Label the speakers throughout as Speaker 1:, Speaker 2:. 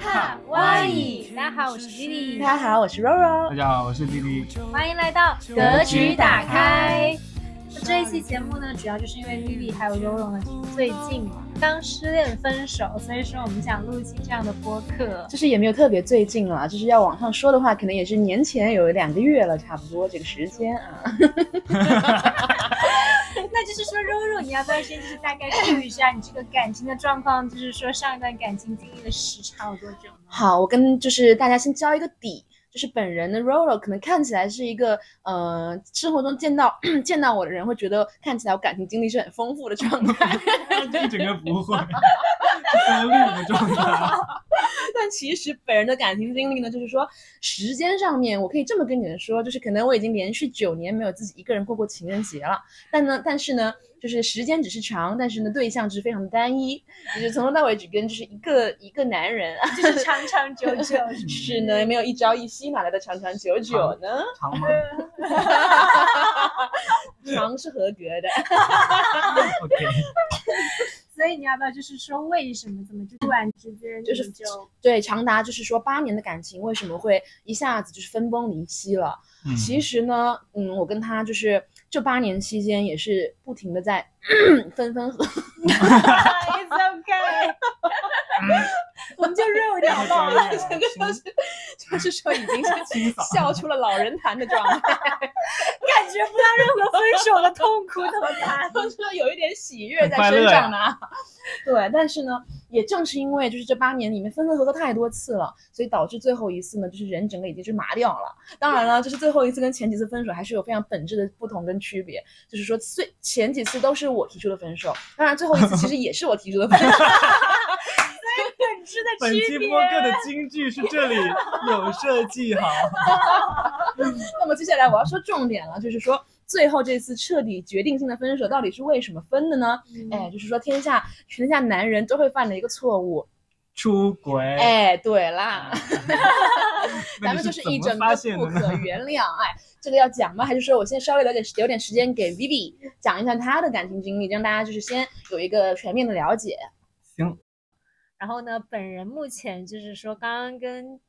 Speaker 1: 萨
Speaker 2: 哇
Speaker 1: 咦
Speaker 2: 大家好，我是吉
Speaker 1: 大
Speaker 2: 丽，
Speaker 1: 家好，我是 Roro
Speaker 3: 大。家好，我是弟弟。
Speaker 2: 欢迎来到格局打开。那这一期节目呢，主要就是因为 Lily 还有柔柔呢最近刚失恋分手，所以说我们想录一期这样的播 客。
Speaker 1: 就是也没有特别最近了，就是要往上说的话，可能也是年前有两个月了，差不多这个时间啊。
Speaker 2: 那就是说，柔柔，你要不要先就是大概述一下你这个感情的状况？就是说上一段感情经历的时长有多久呢？
Speaker 1: 好，我跟就是大家先交一个底，就是本人的 Rolo 可能看起来是一个呃生活中见到 见到我的人会觉得看起来我感情经历是很丰富的状态，
Speaker 3: 一整个不会，思路的状态。
Speaker 1: 但其实本人的感情经历呢，就是说时间上面，我可以这么跟你们说，就是可能我已经连续九年没有自己一个人过过情人节了，但呢，但是呢，就是时间只是长，但是呢，对象是非常单一，就是从头到尾只跟就是一个一个男人， 啊
Speaker 2: 就是长长久久。
Speaker 3: 嗯
Speaker 1: 是呢，没有一朝一夕哪来的长长久久呢？
Speaker 3: 长 吗
Speaker 1: 长是合格的。
Speaker 3: ？OK，
Speaker 2: 所以你要不要就是说为什么怎么就突然之间
Speaker 1: 就是
Speaker 2: 你 就
Speaker 1: 对，长达就是说八年的感情为什么会一下子就是分崩离析了？
Speaker 3: 嗯
Speaker 1: 其实呢，嗯，我跟他就是这八年期间也是不停的在 分分合
Speaker 2: It's okay，我们就肉掉
Speaker 3: 好
Speaker 2: 好不 好？
Speaker 3: 专业
Speaker 1: 整个就是就是 说已经
Speaker 3: 清
Speaker 1: 是
Speaker 3: 扫
Speaker 1: 笑出了老人痰的 状态，
Speaker 2: 感觉不到任何分手的痛苦怎么办？
Speaker 1: 就是说有一点喜悦在
Speaker 3: 很快乐
Speaker 1: 身
Speaker 3: 呀
Speaker 1: 上呢。对，但是呢，也正是因为就是这八年里面分分合合太多次了，所以导致最后一次呢，就是人整个已经是麻掉了。当然了，就是最后一次跟前几次分手还是有非常本质的不同跟区别，就是说最前几次都是我提出的分手，当然最后一次其实也是我提出的分手。
Speaker 2: 本质的
Speaker 3: 本
Speaker 2: 区
Speaker 3: 期
Speaker 2: 别
Speaker 3: 播。客的金句是这里有设计好，
Speaker 1: 那么接下来我要说重点了，就是说最后这次彻底决定性的分手到底是为什么分的呢？哎，
Speaker 3: 嗯
Speaker 1: 就是说天下全天下男人都会犯的一个错误。
Speaker 3: 出轨。
Speaker 1: 哎，对啦，
Speaker 3: 那
Speaker 1: 咱
Speaker 3: 你
Speaker 1: 们就是
Speaker 3: 怎
Speaker 1: 一
Speaker 3: 么
Speaker 1: 整
Speaker 3: 发
Speaker 1: 个
Speaker 3: 现
Speaker 1: 不
Speaker 3: 的
Speaker 1: 可
Speaker 3: 呢？
Speaker 1: 原谅。哎，这个要讲吗？还是说我先稍微留点留点时间给 Vivi 讲一下她的感情经历，让大家就是先有一个全面的 了解。
Speaker 3: 行，
Speaker 2: 然后呢，本人目前就是说刚刚跟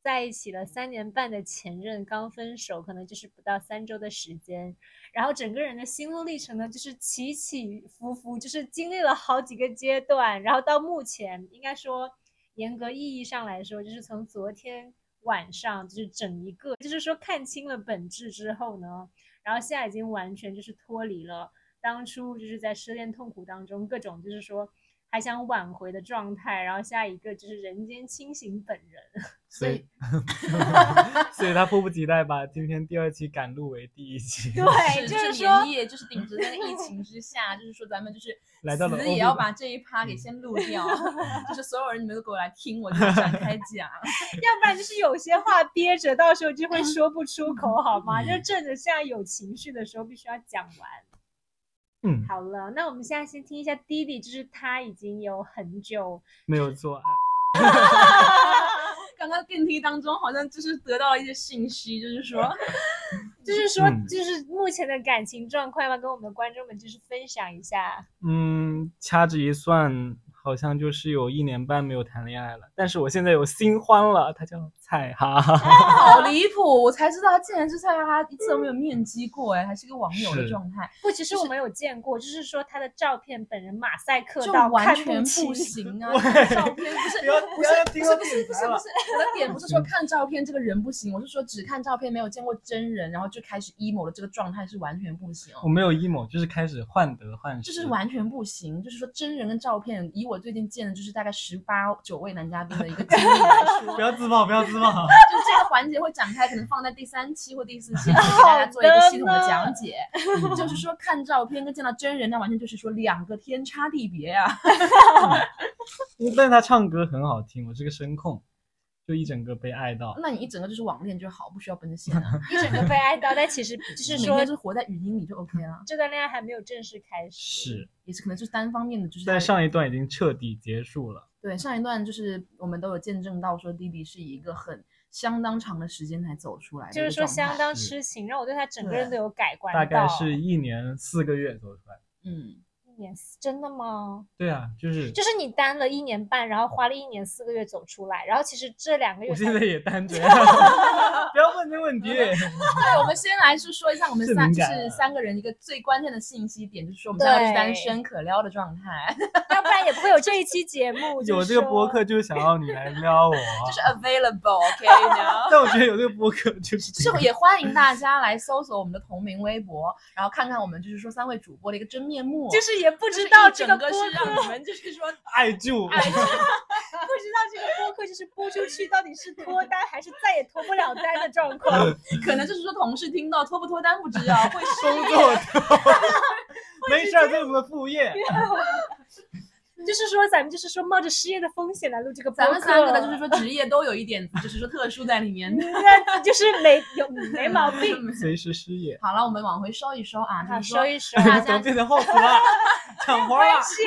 Speaker 2: 在一起了三年半的前任刚分手，可能就是不到三周的时间。然后整个人的心路历程呢，就是起起伏伏，就是经历了好几个阶段。然后到目前，应该说严格意义上来说，就是从昨天晚上，就是整一个，就是说看清了本质之后呢，然后现在已经完全就是脱离了当初就是在失恋痛苦当中各种就是说还想挽回的状态。然后下一个就是人间清醒本人。
Speaker 3: 所以，所以他迫不及待把今天第二期赶录为第一期，
Speaker 2: 对，
Speaker 1: 就
Speaker 2: 就是
Speaker 1: 是
Speaker 2: 说
Speaker 1: 连夜，就是顶着那个疫情之下，就是说咱们就是
Speaker 3: 来到了
Speaker 1: 死
Speaker 3: 欧
Speaker 1: 也
Speaker 3: 比
Speaker 1: 要
Speaker 3: 吧嗯
Speaker 1: 把这一趴给先录掉， 就是所有人你们都给我来听，我就展开讲。
Speaker 2: 要不然就是有些话憋着，到时候就会说不出口，好吗？就趁着现在有情绪的时候，必须要讲完。
Speaker 3: 嗯，
Speaker 2: 好了，那我们现在先听一下弟弟，就是他已经有很久，
Speaker 3: 没有做爱。
Speaker 1: 刚刚电梯当中好像就是得到了一些信息，就是说
Speaker 2: 就是说，
Speaker 3: 嗯
Speaker 2: 就是目前的感情状况，要不要跟我们的观众们就是分享一下。
Speaker 3: 嗯，掐指一算，好像就是有一年半没有谈恋爱了。但是我现在有新欢了，他叫蔡哈，
Speaker 1: 好离谱，我才知道他竟然是在他一次都没有面基过，哎，还是个网友的
Speaker 3: 是
Speaker 1: 状态，
Speaker 2: 不，其实我没有见过，就是说他的照片，本人马赛克
Speaker 1: 就
Speaker 2: 到
Speaker 1: 完
Speaker 2: 看
Speaker 1: 全
Speaker 2: 不
Speaker 1: 不
Speaker 2: 清。
Speaker 1: 行 啊！
Speaker 3: 喂
Speaker 1: 看照片不 是
Speaker 3: 不要
Speaker 1: 不
Speaker 3: 不要
Speaker 1: 是
Speaker 3: 听
Speaker 1: 不是
Speaker 3: 我点
Speaker 1: 不是不是
Speaker 3: 来
Speaker 1: 不
Speaker 3: 了
Speaker 1: 是，我的点不是说看照片这个人不行，我是说只看照片没有见过真人，然后就开始 emo 的这个状态是完全不行。
Speaker 3: 我没有 emo，就是开始患得患
Speaker 1: 就
Speaker 3: 失，
Speaker 1: 是完全不行，就是说真人跟照片，以我最近见的，就是大概十八九位男嘉宾的一个经历来 说，
Speaker 3: 不要自爆，不要自 爆。
Speaker 1: 就这个环节会展开，可能放在第三期或第四期给大家做一个系统的讲解。就是说，看照片跟见到真人，那完全就是说两个天差地别啊！
Speaker 3: 嗯但是他唱歌很好听，我是个声控，就一整个被爱到。
Speaker 1: 那你一整个就是网恋就好，不需要奔现 啊，
Speaker 2: 一整个被哀悼，但其实就
Speaker 1: 就是是每
Speaker 2: 说
Speaker 1: 天就活在语音里就 OK 了，
Speaker 2: 这段恋爱还没有正式开始。
Speaker 3: 是，
Speaker 1: 也是可能就是单方面的，就是
Speaker 3: 但上一段已经彻底结束了。
Speaker 1: 对上一段就是我们都有见证到说弟弟是以一个很相当长的时间才走出来的一
Speaker 2: 就
Speaker 1: 个
Speaker 2: 是
Speaker 1: 状态，
Speaker 2: 说相当
Speaker 3: 是
Speaker 2: 痴情，让我对他整个人都有改观
Speaker 3: 大
Speaker 2: 到
Speaker 3: 概是一年四个月走出来，
Speaker 1: 嗯，
Speaker 2: 嗯年四，真的吗？
Speaker 3: 对啊，就是
Speaker 2: 就是你单了一年半，然后花了一年四个月走出来，然后其实这两个月
Speaker 3: 我
Speaker 2: 才
Speaker 3: 现在也单着 呀， 不要问这问题。
Speaker 1: 对，我们先来是说一下我们
Speaker 3: 是
Speaker 1: 三
Speaker 3: 敏
Speaker 1: 就
Speaker 3: 感
Speaker 1: 是
Speaker 3: 啊
Speaker 1: 三个人一个最关键的信息点，就是说我们三个都是
Speaker 2: 对
Speaker 1: 单身可撩的状态，
Speaker 2: 要不然也不会有这一期节 目。
Speaker 3: 有
Speaker 2: 就是
Speaker 3: 这个
Speaker 2: 说
Speaker 3: 播客，就是想要你来撩我，啊
Speaker 1: 就是 available，OK，、y o u know。
Speaker 3: 但我觉得有这个播客就是
Speaker 1: 就是也欢迎大家来搜索我们的同名微博，然后看看我们就是说三位主播的一个真面目。
Speaker 2: 就是是也不
Speaker 1: 不
Speaker 2: 知道这
Speaker 1: 个
Speaker 2: 播
Speaker 1: 是
Speaker 2: 客，
Speaker 1: 让你 们就是说，
Speaker 3: 爱住。
Speaker 2: 哎不知道这个播客就是播出去到底是脱单还是再也脱不了单的状况。
Speaker 3: 嗯
Speaker 1: 可能就是说同事听到脱不脱单不知道， 会
Speaker 3: 工
Speaker 1: 失
Speaker 3: 作
Speaker 1: 业。
Speaker 3: 没事儿，做我们副业。
Speaker 2: 就是说，咱们就是说冒着失业的风险来录这个播
Speaker 1: 咱
Speaker 2: 客，
Speaker 1: 们三个呢，就是说职业都有一点，就是说特殊在里面的。
Speaker 2: 那就是没有没毛 病。
Speaker 3: 随时失业，
Speaker 1: 好了，我们往回收一收啊，
Speaker 2: 好，
Speaker 1: 就是
Speaker 2: 收
Speaker 1: 说
Speaker 2: 一收。
Speaker 1: 大
Speaker 3: 怎
Speaker 1: 家
Speaker 3: 么变成后厨 了？抢啊活了
Speaker 2: 关。系。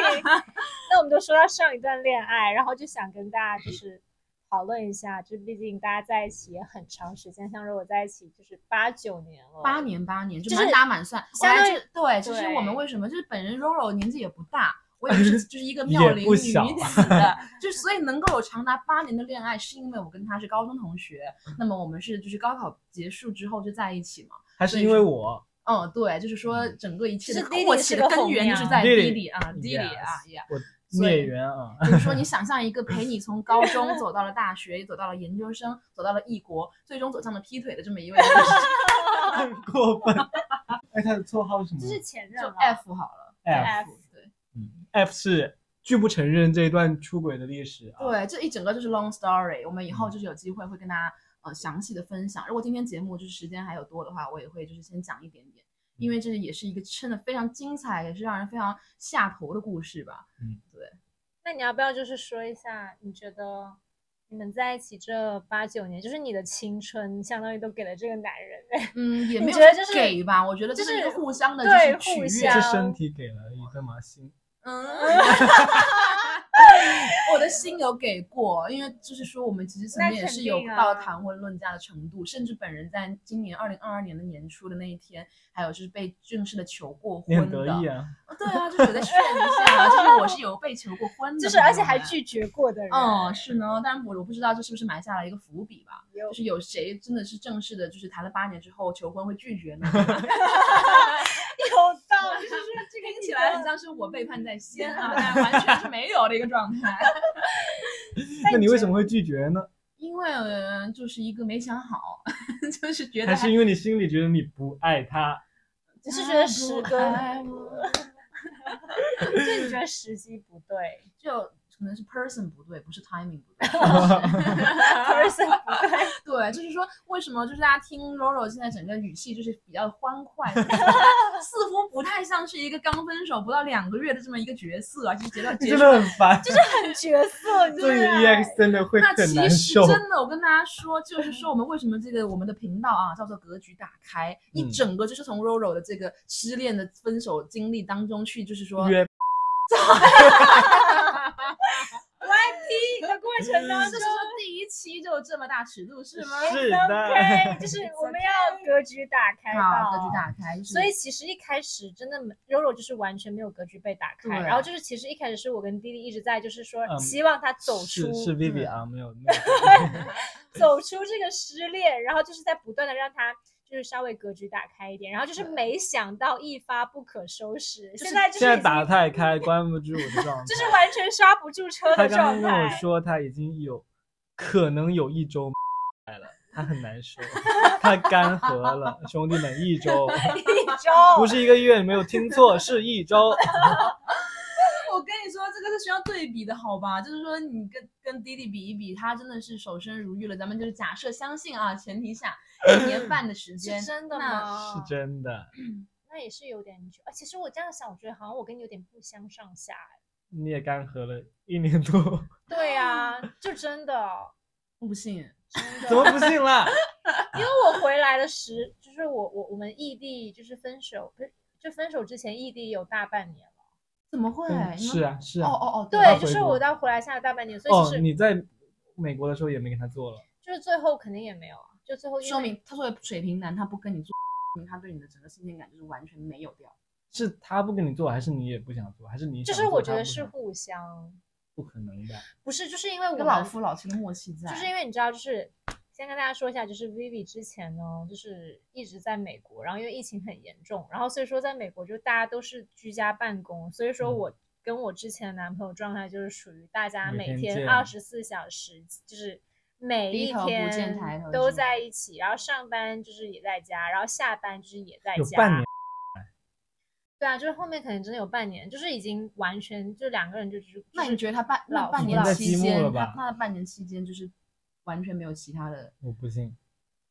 Speaker 2: 那我们都说到上一段恋爱，然后就想跟大家就是讨论一下，就毕竟大家在一起也很长时间，像是我在一起就是八九年了，
Speaker 1: 八年八年，就
Speaker 2: 哦就是
Speaker 1: 满打满算。我
Speaker 2: 相
Speaker 1: 来
Speaker 2: 当于
Speaker 1: 这对，其实我们
Speaker 2: 对
Speaker 1: 为什么就是本人 Roro 年纪也不大，我也 是就是一个妙龄
Speaker 3: 也
Speaker 1: 女
Speaker 3: 不
Speaker 1: 子
Speaker 3: 小
Speaker 1: 的，就是所以能够有长达八年的恋爱，是因为我跟他是高中同学，
Speaker 2: 嗯
Speaker 1: 那么我们是就是高考结束之后就在一起嘛。
Speaker 3: 还是因为我，
Speaker 1: 嗯，对，就是说整个一切的
Speaker 2: 是 Didi
Speaker 1: 祸起的
Speaker 2: 是个
Speaker 1: 根源就是在
Speaker 3: 红娘
Speaker 1: Didi 啊
Speaker 3: Didi
Speaker 1: ，Didi 啊呀，
Speaker 3: 我
Speaker 1: 所以
Speaker 3: 孽缘 啊，
Speaker 1: 就是说你想象一个陪你从高中走到了大学，走到了研究生，走到了异国，最终走上了劈腿的这么一 位，就是
Speaker 3: 很过 分。哎，他的绰号是什么
Speaker 2: 这是前任
Speaker 1: 就
Speaker 2: 了。
Speaker 1: F 好了
Speaker 2: F
Speaker 1: 对。
Speaker 3: 嗯，F 是拒不承认这一段出轨的历史啊。
Speaker 1: 对，这一整个就是 long story，我们以后
Speaker 2: 嗯
Speaker 1: 就是有机会会跟大家呃详细的分享。如果今天节目就是时间还有多的话，我也会就是先讲一点点，
Speaker 2: 嗯
Speaker 1: 因为这也是一个真的非常精彩，也是让人非常下头的故事吧。
Speaker 2: 那你要不要就是说一下，你觉得你们在一起这八九年，就是你的青春，相当于都给了这个男人，
Speaker 1: 嗯，也
Speaker 2: 你
Speaker 1: 没有
Speaker 2: 觉得
Speaker 1: 说
Speaker 2: 就是
Speaker 1: 给吧，我觉得这
Speaker 2: 就是
Speaker 1: 一个互相的就
Speaker 2: 对
Speaker 1: 是啊取
Speaker 2: 互
Speaker 1: 悦。
Speaker 2: 相
Speaker 3: 这身体给了一个嘛心，
Speaker 1: 嗯， 我的心有给过，因为就是说我们其实曾
Speaker 2: 那
Speaker 1: 经也
Speaker 2: 肯
Speaker 1: 是有
Speaker 2: 定啊
Speaker 1: 到谈婚论嫁的程度，甚至本人在今年二零二二年的年初的那一天，还有就是被正式的求过
Speaker 3: 你
Speaker 1: 婚
Speaker 3: 很
Speaker 1: 的。
Speaker 3: 得意啊。
Speaker 1: 哦对啊，就是我在炫一下，就是我是有被求过婚的，
Speaker 2: 就是而且还
Speaker 1: 朋友们。
Speaker 2: 拒绝过的人。
Speaker 1: 嗯，是呢，但我我不知道这是不是埋下了一个伏笔吧？
Speaker 2: 有
Speaker 1: 就是有谁真的是正式的，就是谈了八年之后求婚会拒绝呢？
Speaker 2: 有道哦理，就是说这个
Speaker 1: 听起来很像是我背叛在先 啊，但完全是没有的一个状态。
Speaker 3: 那你为什么会拒绝呢？
Speaker 1: 因为呃就是一个没想好， 就是觉得
Speaker 3: 还是因为你心里觉得你不爱他？
Speaker 2: 只是觉得时
Speaker 1: 啊不
Speaker 2: 跟
Speaker 1: 爱我
Speaker 2: 就是觉得时机不对
Speaker 1: 就可能是 person 不对，不是 timing 不对。
Speaker 2: ，person 不对，
Speaker 1: 对，就是说，为什么就是大家听 Roro 现在整个语气就是比较欢 快，似乎不太像是一个刚分手不到两个月的这么一个角色啊，就觉得
Speaker 3: 你
Speaker 1: 结
Speaker 3: 真
Speaker 1: 束。
Speaker 3: 的很烦，
Speaker 2: 很 角色，你知道
Speaker 3: 所以
Speaker 2: 吗
Speaker 3: EX 真的会
Speaker 1: 那
Speaker 3: 很
Speaker 1: 其
Speaker 3: 难
Speaker 1: 实
Speaker 3: 受。
Speaker 1: 真的，我跟大家说，就是说我们为什么这个我们的频道啊叫做格局打开，一
Speaker 3: 嗯
Speaker 1: 整个就是从 Roro 的这个失恋的分手经历当中去，就是说
Speaker 3: 约
Speaker 2: 第一个过程当
Speaker 1: 这
Speaker 2: 中
Speaker 1: 是。说第一期就有这么大尺度是吗？
Speaker 3: 是的，
Speaker 2: OK，就是我们要格局打开到，
Speaker 1: 好，格局打开，就是
Speaker 2: 所以其实一开始真的没柔柔就是完全没有格局被打开，
Speaker 1: 对
Speaker 2: 然后就是其实一开始是我跟弟弟一直在就是说
Speaker 3: 啊嗯
Speaker 2: 希望他走
Speaker 3: 是
Speaker 2: 出
Speaker 3: 是 Vivi
Speaker 1: 嗯
Speaker 3: 啊，没有没有。
Speaker 2: 走出这个失恋，然后就是在不断的让他就是稍微格局打开一点，然后就是没想到一发不可收拾，
Speaker 1: 是
Speaker 2: 现在就是
Speaker 3: 现在
Speaker 2: 已经
Speaker 3: 打得太开，关不住的状态。
Speaker 2: 就是完全刹不住车
Speaker 3: 他
Speaker 2: 的
Speaker 3: 刚
Speaker 2: 状
Speaker 3: 刚
Speaker 2: 态。
Speaker 3: 跟我说，他已经有可能有一周来了，他很难受，他干涸了，兄弟们，一周
Speaker 2: 一周
Speaker 3: 不是一个月，你没有听错，是一周。
Speaker 1: 我跟你说，这个是需要对比的，好吧？就是说，你跟跟弟弟比一比，他真的是守身如玉了。咱们就是假设相信啊，前提下一年半的时间
Speaker 2: 是，真的
Speaker 1: 那
Speaker 2: 吗？
Speaker 3: 是真的，
Speaker 2: 那也是有点久。啊，其实我这样想，我觉得好像我跟你有点不相上下。哎
Speaker 3: 你也干涸了一年多，
Speaker 2: 对呀、就真的
Speaker 1: 我不信。
Speaker 2: 真的，
Speaker 3: 怎么不信啦？
Speaker 2: 因为我回来的时，就是我我我们异地就是分手，不是就分手之前异地有大半年了。
Speaker 1: 怎么会？
Speaker 3: 嗯
Speaker 1: 你们
Speaker 3: 是啊，是啊。
Speaker 1: 哦哦哦，
Speaker 3: 他
Speaker 2: 对，
Speaker 3: 回
Speaker 2: 就是
Speaker 3: 国
Speaker 2: 我到回来下了大半年，所以
Speaker 3: 哦
Speaker 2: 其，实、
Speaker 3: 你在美国的时候也没给他做了，
Speaker 2: 就是最后肯定也没有啊，就最后因
Speaker 1: 说
Speaker 2: 为
Speaker 1: 明他作为水瓶男，他不跟你做，说明他对你的整个新鲜感就是完全没有掉。
Speaker 3: 是他不跟你做，还是你也不想做，还是你
Speaker 2: 就
Speaker 3: 想
Speaker 2: 是
Speaker 3: 做
Speaker 2: 我觉
Speaker 3: 他
Speaker 2: 得
Speaker 3: 不
Speaker 2: 是
Speaker 3: 想做
Speaker 2: 互相，
Speaker 3: 不可能的。
Speaker 2: 不是就是因为我
Speaker 1: 跟老
Speaker 2: 们
Speaker 1: 夫老妻的默契在，
Speaker 2: 就是因为你知道，就是先跟大家说一下，就是 Vivi 之前呢，就是一直在美国，然后因为疫情很严重，然后所以说在美国就大家都是居家办公，所以说
Speaker 3: 嗯
Speaker 2: 我跟我之前的男朋友状态就是属于大家
Speaker 3: 每
Speaker 2: 每
Speaker 3: 天见
Speaker 2: 天二十四小时，就是每
Speaker 1: 低
Speaker 2: 一
Speaker 1: 头不见
Speaker 2: 天
Speaker 1: 抬头
Speaker 2: 都
Speaker 1: 见
Speaker 2: 在一起，然后上班就是也在家，然后下班就是也在
Speaker 3: 有
Speaker 2: 家，
Speaker 3: 半年，
Speaker 2: 对啊，就是后面可能真的有半年，就是已经完全就两个人就只
Speaker 1: 那你觉得他半那
Speaker 2: 老
Speaker 1: 半
Speaker 2: 夫
Speaker 1: 年
Speaker 2: 老
Speaker 1: 期
Speaker 3: 妻已经在积木了
Speaker 1: 间，
Speaker 3: 吧
Speaker 1: 他那半年期间就是完全没有其他的，
Speaker 3: 我不信。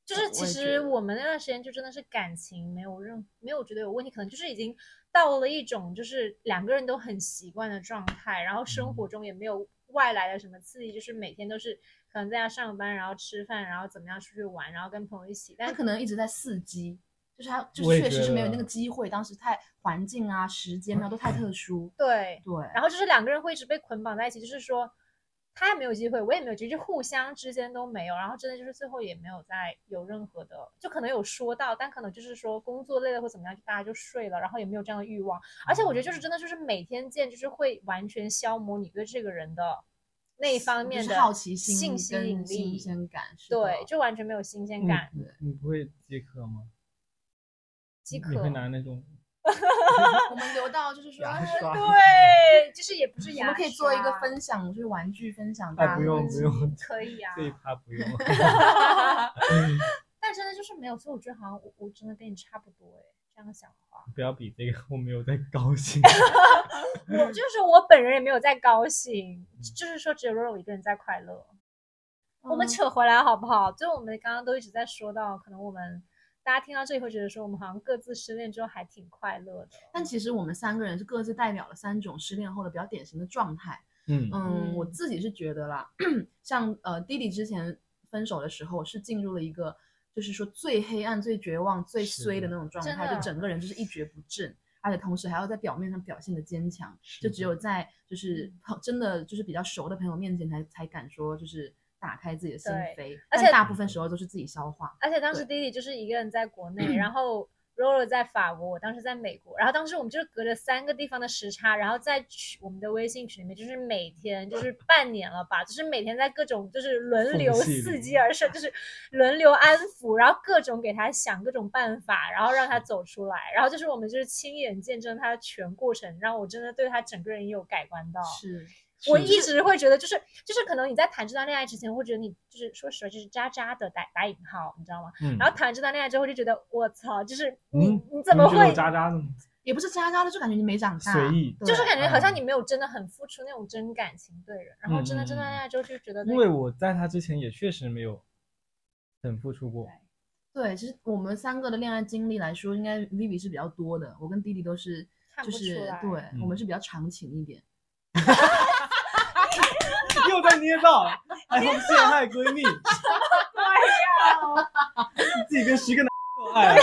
Speaker 2: 就是
Speaker 1: 我
Speaker 2: 其
Speaker 1: 也觉
Speaker 2: 实
Speaker 1: 得
Speaker 2: 我们那段时间就真的是感情没有任没有觉得有问题，可能就是已经到了一种就是两个人都很习惯的状态，然后生
Speaker 1: 嗯
Speaker 2: 活中也没有外来的什么刺激，就是每天都是可能在家上班，然后吃饭，然后怎么样出去玩，然后跟朋友一起，
Speaker 1: 他
Speaker 2: 但
Speaker 1: 可能一直在伺机，就是他就
Speaker 3: 我
Speaker 1: 是
Speaker 3: 也
Speaker 1: 确实
Speaker 3: 觉
Speaker 1: 是没有
Speaker 3: 得
Speaker 1: 那个机会，当时太环境啊、时间啊都太特殊，
Speaker 2: 对，
Speaker 1: 对，
Speaker 2: 然后就是两个人会一直被捆绑在一起，就是说他也没有机会，我也没有机会，就互相之间都没有，然后真的就是最后也没有再有任何的，就可能有说到，但可能就是说工作累了或怎么样，就大家就睡了，然后也没有这样的欲望，而且我觉得就是
Speaker 1: 哦
Speaker 2: 真的就是每天见，就是会完全消磨你对这个人的那一方面
Speaker 1: 就是
Speaker 2: 的
Speaker 1: 好奇心
Speaker 2: 性吸引
Speaker 1: 跟
Speaker 2: 力
Speaker 1: 新，鲜感，是的嗯
Speaker 2: 对，就完全没有新鲜感，
Speaker 3: 你你不会饥渴吗？
Speaker 2: 饥
Speaker 3: 你
Speaker 2: 渴
Speaker 3: 会，拿那种
Speaker 1: 我们留到就是说， 哎
Speaker 3: 牙刷？
Speaker 2: 对，就是也不是
Speaker 1: 我
Speaker 2: 牙
Speaker 1: 们可以做一个
Speaker 2: 刷，
Speaker 1: 分享，就是玩具分享，大
Speaker 3: 哎，
Speaker 1: 家
Speaker 3: 不用
Speaker 1: 一
Speaker 3: 不
Speaker 1: 起
Speaker 3: 用，
Speaker 2: 可以啊，
Speaker 3: 这一趴不用。
Speaker 2: 但真的就是没有，所以我觉得好像我我真的跟你差不多哎，这样想的话，
Speaker 3: 不要比这个，我没有在 高兴。
Speaker 2: 我就是说我本人也没有在高兴，就是说只有肉肉一个人在快乐。我们
Speaker 1: 嗯
Speaker 2: 扯回来好不好？就我们刚刚都一直在说到，可能我们大家听到这里会觉得说，我们好像各自失恋之后还挺快乐的。
Speaker 1: 但其实我们三个人是各自代表了三种失恋后的比较典型的状态。
Speaker 3: 嗯，
Speaker 1: 嗯，我
Speaker 2: 嗯
Speaker 1: 自己是觉得啦，像呃弟弟之前分手的时候是进入了一个就是说最黑暗、最绝望、最
Speaker 3: 是
Speaker 1: 衰的
Speaker 3: 的
Speaker 1: 那种状
Speaker 2: 真
Speaker 1: 态，
Speaker 2: 的
Speaker 1: 就整个人就是一蹶不振，而且同时还要在表面上表现的坚强，
Speaker 3: 是
Speaker 1: 就只
Speaker 3: 的
Speaker 1: 有在就是朋真的就是比较熟的朋友面前才才敢说就是打开自己的心
Speaker 2: 对
Speaker 1: 扉，
Speaker 2: 而
Speaker 1: 但
Speaker 2: 且
Speaker 1: 大部分时候都是自己消化。
Speaker 2: 而且当时弟弟就是一个人在国 内，然后 Roro 在法国，我当时在美国，然后当时我们就是隔着三个地方的时差，然后在群我们的微信群里面，就是每天就是半年了吧，就是每天在各种就是轮流
Speaker 3: 缝隙里
Speaker 2: 伺机而生，就是轮流安抚，然后各种给他想各种办法，然后让他走出来，然后就是我们就是亲眼见证他的全过程，让我真的对他整个人也有改观到。
Speaker 1: 是，
Speaker 2: 我
Speaker 3: 是
Speaker 2: 一直会觉得，就是就是，可能你在谈这段恋爱之前，会觉得你就是说实话，就是渣渣的打打引号，你知道吗？
Speaker 3: 嗯
Speaker 2: 然后谈这段恋爱之后，就觉得我操，就是你、
Speaker 3: 嗯，
Speaker 2: 你怎么
Speaker 3: 觉得我
Speaker 2: 会，
Speaker 3: 渣渣的吗？
Speaker 1: 也不是渣渣的，就感觉你没长大，
Speaker 3: 随意
Speaker 1: 对
Speaker 2: 就是感觉好像
Speaker 3: 嗯
Speaker 2: 你没有真的很付出那种真感情对人，然后真的这段恋爱之后就觉得那
Speaker 3: 嗯因
Speaker 2: 个，
Speaker 3: 为我在他之前也确实没有很付出过。
Speaker 1: 对，其实我们三个的恋爱经历来说，应该 Vivi 是比较多的，我跟弟弟都是，
Speaker 2: 看
Speaker 1: 就
Speaker 2: 不
Speaker 1: 是
Speaker 2: 出来
Speaker 1: 对、我
Speaker 3: 嗯
Speaker 1: 们是比较长情一点。
Speaker 3: 又在捏 造，还要陷害闺蜜，
Speaker 1: 哎
Speaker 2: 对呀、
Speaker 3: 自己跟十个男做爱，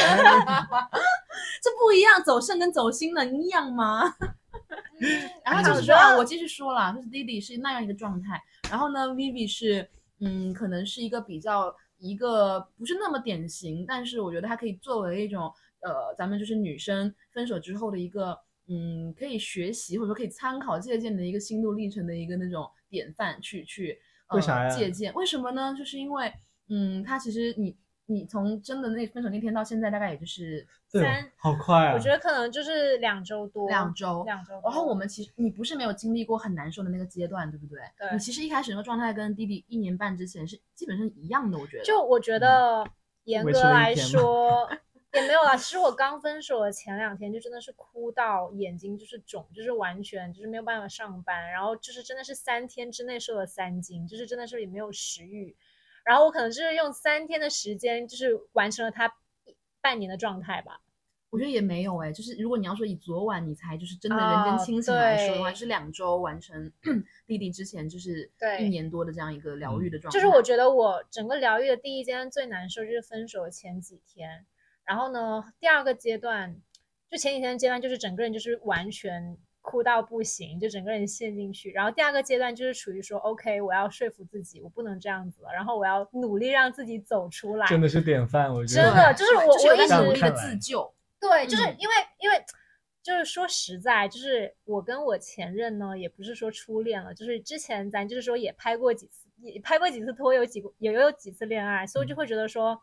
Speaker 1: 这不一样，走肾跟走心能一样吗？
Speaker 2: 嗯
Speaker 1: 然后
Speaker 2: 好
Speaker 1: 就是说，
Speaker 2: 的
Speaker 1: 啊，我继续说了，就是弟弟是那样一个状态，然后呢，Vivi 是，嗯，可能是一个比较一个不是那么典型，但是我觉得它可以作为一种，呃，咱们就是女生分手之后的一个，嗯，可以学习或者说可以参考借鉴的一个心路历程的一个那种典范去去，呃，
Speaker 3: 为啥呀
Speaker 1: 借鉴？为什么呢？就是因为，嗯，他其实你你从真的那分手那天到现在，大概也就是
Speaker 3: 对
Speaker 2: 三，
Speaker 3: 好快啊！
Speaker 2: 我觉得可能就是两周多，
Speaker 1: 两周，
Speaker 2: 两周多，
Speaker 1: 然后我们其实你不是没有经历过很难受的那个阶段，对不对？
Speaker 2: 对
Speaker 1: 你其实一开始那个状态跟弟弟一年半之前是基本上一样的，我觉得。
Speaker 2: 就我觉得严
Speaker 3: 嗯维
Speaker 2: 格
Speaker 3: 持了一
Speaker 2: 来
Speaker 3: 天吗
Speaker 2: 说也没有啦。其实我刚分手的前两天就真的是哭到眼睛就是肿，就是完全就是没有办法上班，然后就是真的是三天之内瘦了三斤，就是真的是也没有食欲。然后我可能就是用三天的时间，就是完成了他半年的状态吧。
Speaker 1: 我觉得也没有哎，就是如果你要说以昨晚你才就是真的人间清醒来说的话，
Speaker 2: 啊哦对
Speaker 1: 是两周完成 弟弟之前就是
Speaker 2: 对
Speaker 1: 一年多的这样一个疗愈的状态。
Speaker 2: 就是我觉得我整个疗愈的第一阶段最难受就是分手前几天，然后呢，第二个阶段就前几天的阶段就是整个人就是完全哭到不行，就整个人陷进去。然后第二个阶段就是处于说 OK，我要说服自己，我不能这样子了，然后我要努力让自己走出来。
Speaker 3: 真的是典范，我觉得
Speaker 2: 真的就是我
Speaker 1: 就是有
Speaker 2: 我一
Speaker 1: 在努
Speaker 2: 直
Speaker 1: 力的自救，
Speaker 2: 对，就是
Speaker 1: 嗯
Speaker 2: 因为、因为就是说实在，就是我跟我前任呢，也不是说初恋了，就是之前咱就是说也拍过几次，也拍过几次拖，有几个也有几次恋爱，所以我就会觉得说，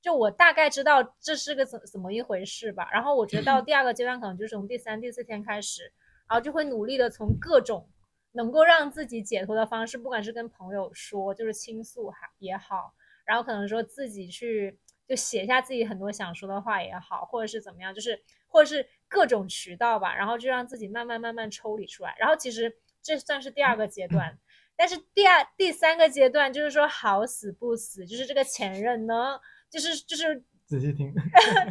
Speaker 2: 就我大概知道这是个怎怎么一回事吧。然后我觉得到第二个阶段，可能就是从第三、第四天开始，然后就会努力的从各种能够让自己解脱的方式，不管是跟朋友说，就是倾诉还也好，然后可能说自己去就写下自己很多想说的话也好，或者是怎么样，就是或者是各种渠道吧，然后就让自己慢慢慢慢抽离出来。然后其实这算是第二个阶段， 但是第二第三个阶段就是说好死不死，就是这个前任呢，就是就是
Speaker 3: 仔细 听，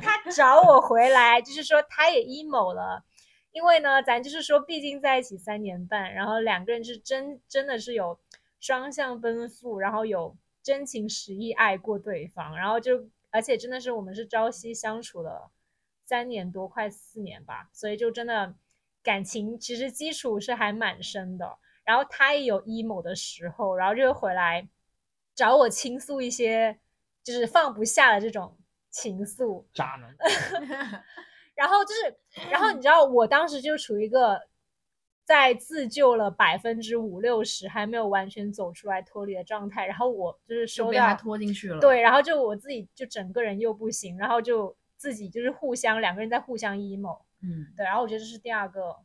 Speaker 2: 他 找我回来，就是说他也 emo 了。因为呢，咱就是说，毕竟在一起三年半，然后两个人是真真的是有双向奔赴，然后有真情实意爱过对方，然后就而且真的是我们是朝夕相处了三年多，快四年吧，所以就真的感情其实基础是还蛮深的。然后他也有 emo 的时候，然后就回来找我倾诉一些就是放不下的这种情愫，
Speaker 3: 渣男，
Speaker 2: 然后就是，然后你知道，我当时就处于一个在自救了百分之五六十，还没有完全走出来脱离的状态。然后我就是
Speaker 1: 就
Speaker 2: 收
Speaker 1: 被他
Speaker 2: 到，
Speaker 1: 拖进去了。，
Speaker 2: 对，然后就我自己就整个人又不行，然后就自己就是互相两个人在互相 emo，
Speaker 1: 嗯，
Speaker 2: 对，然后我觉得这是第二个，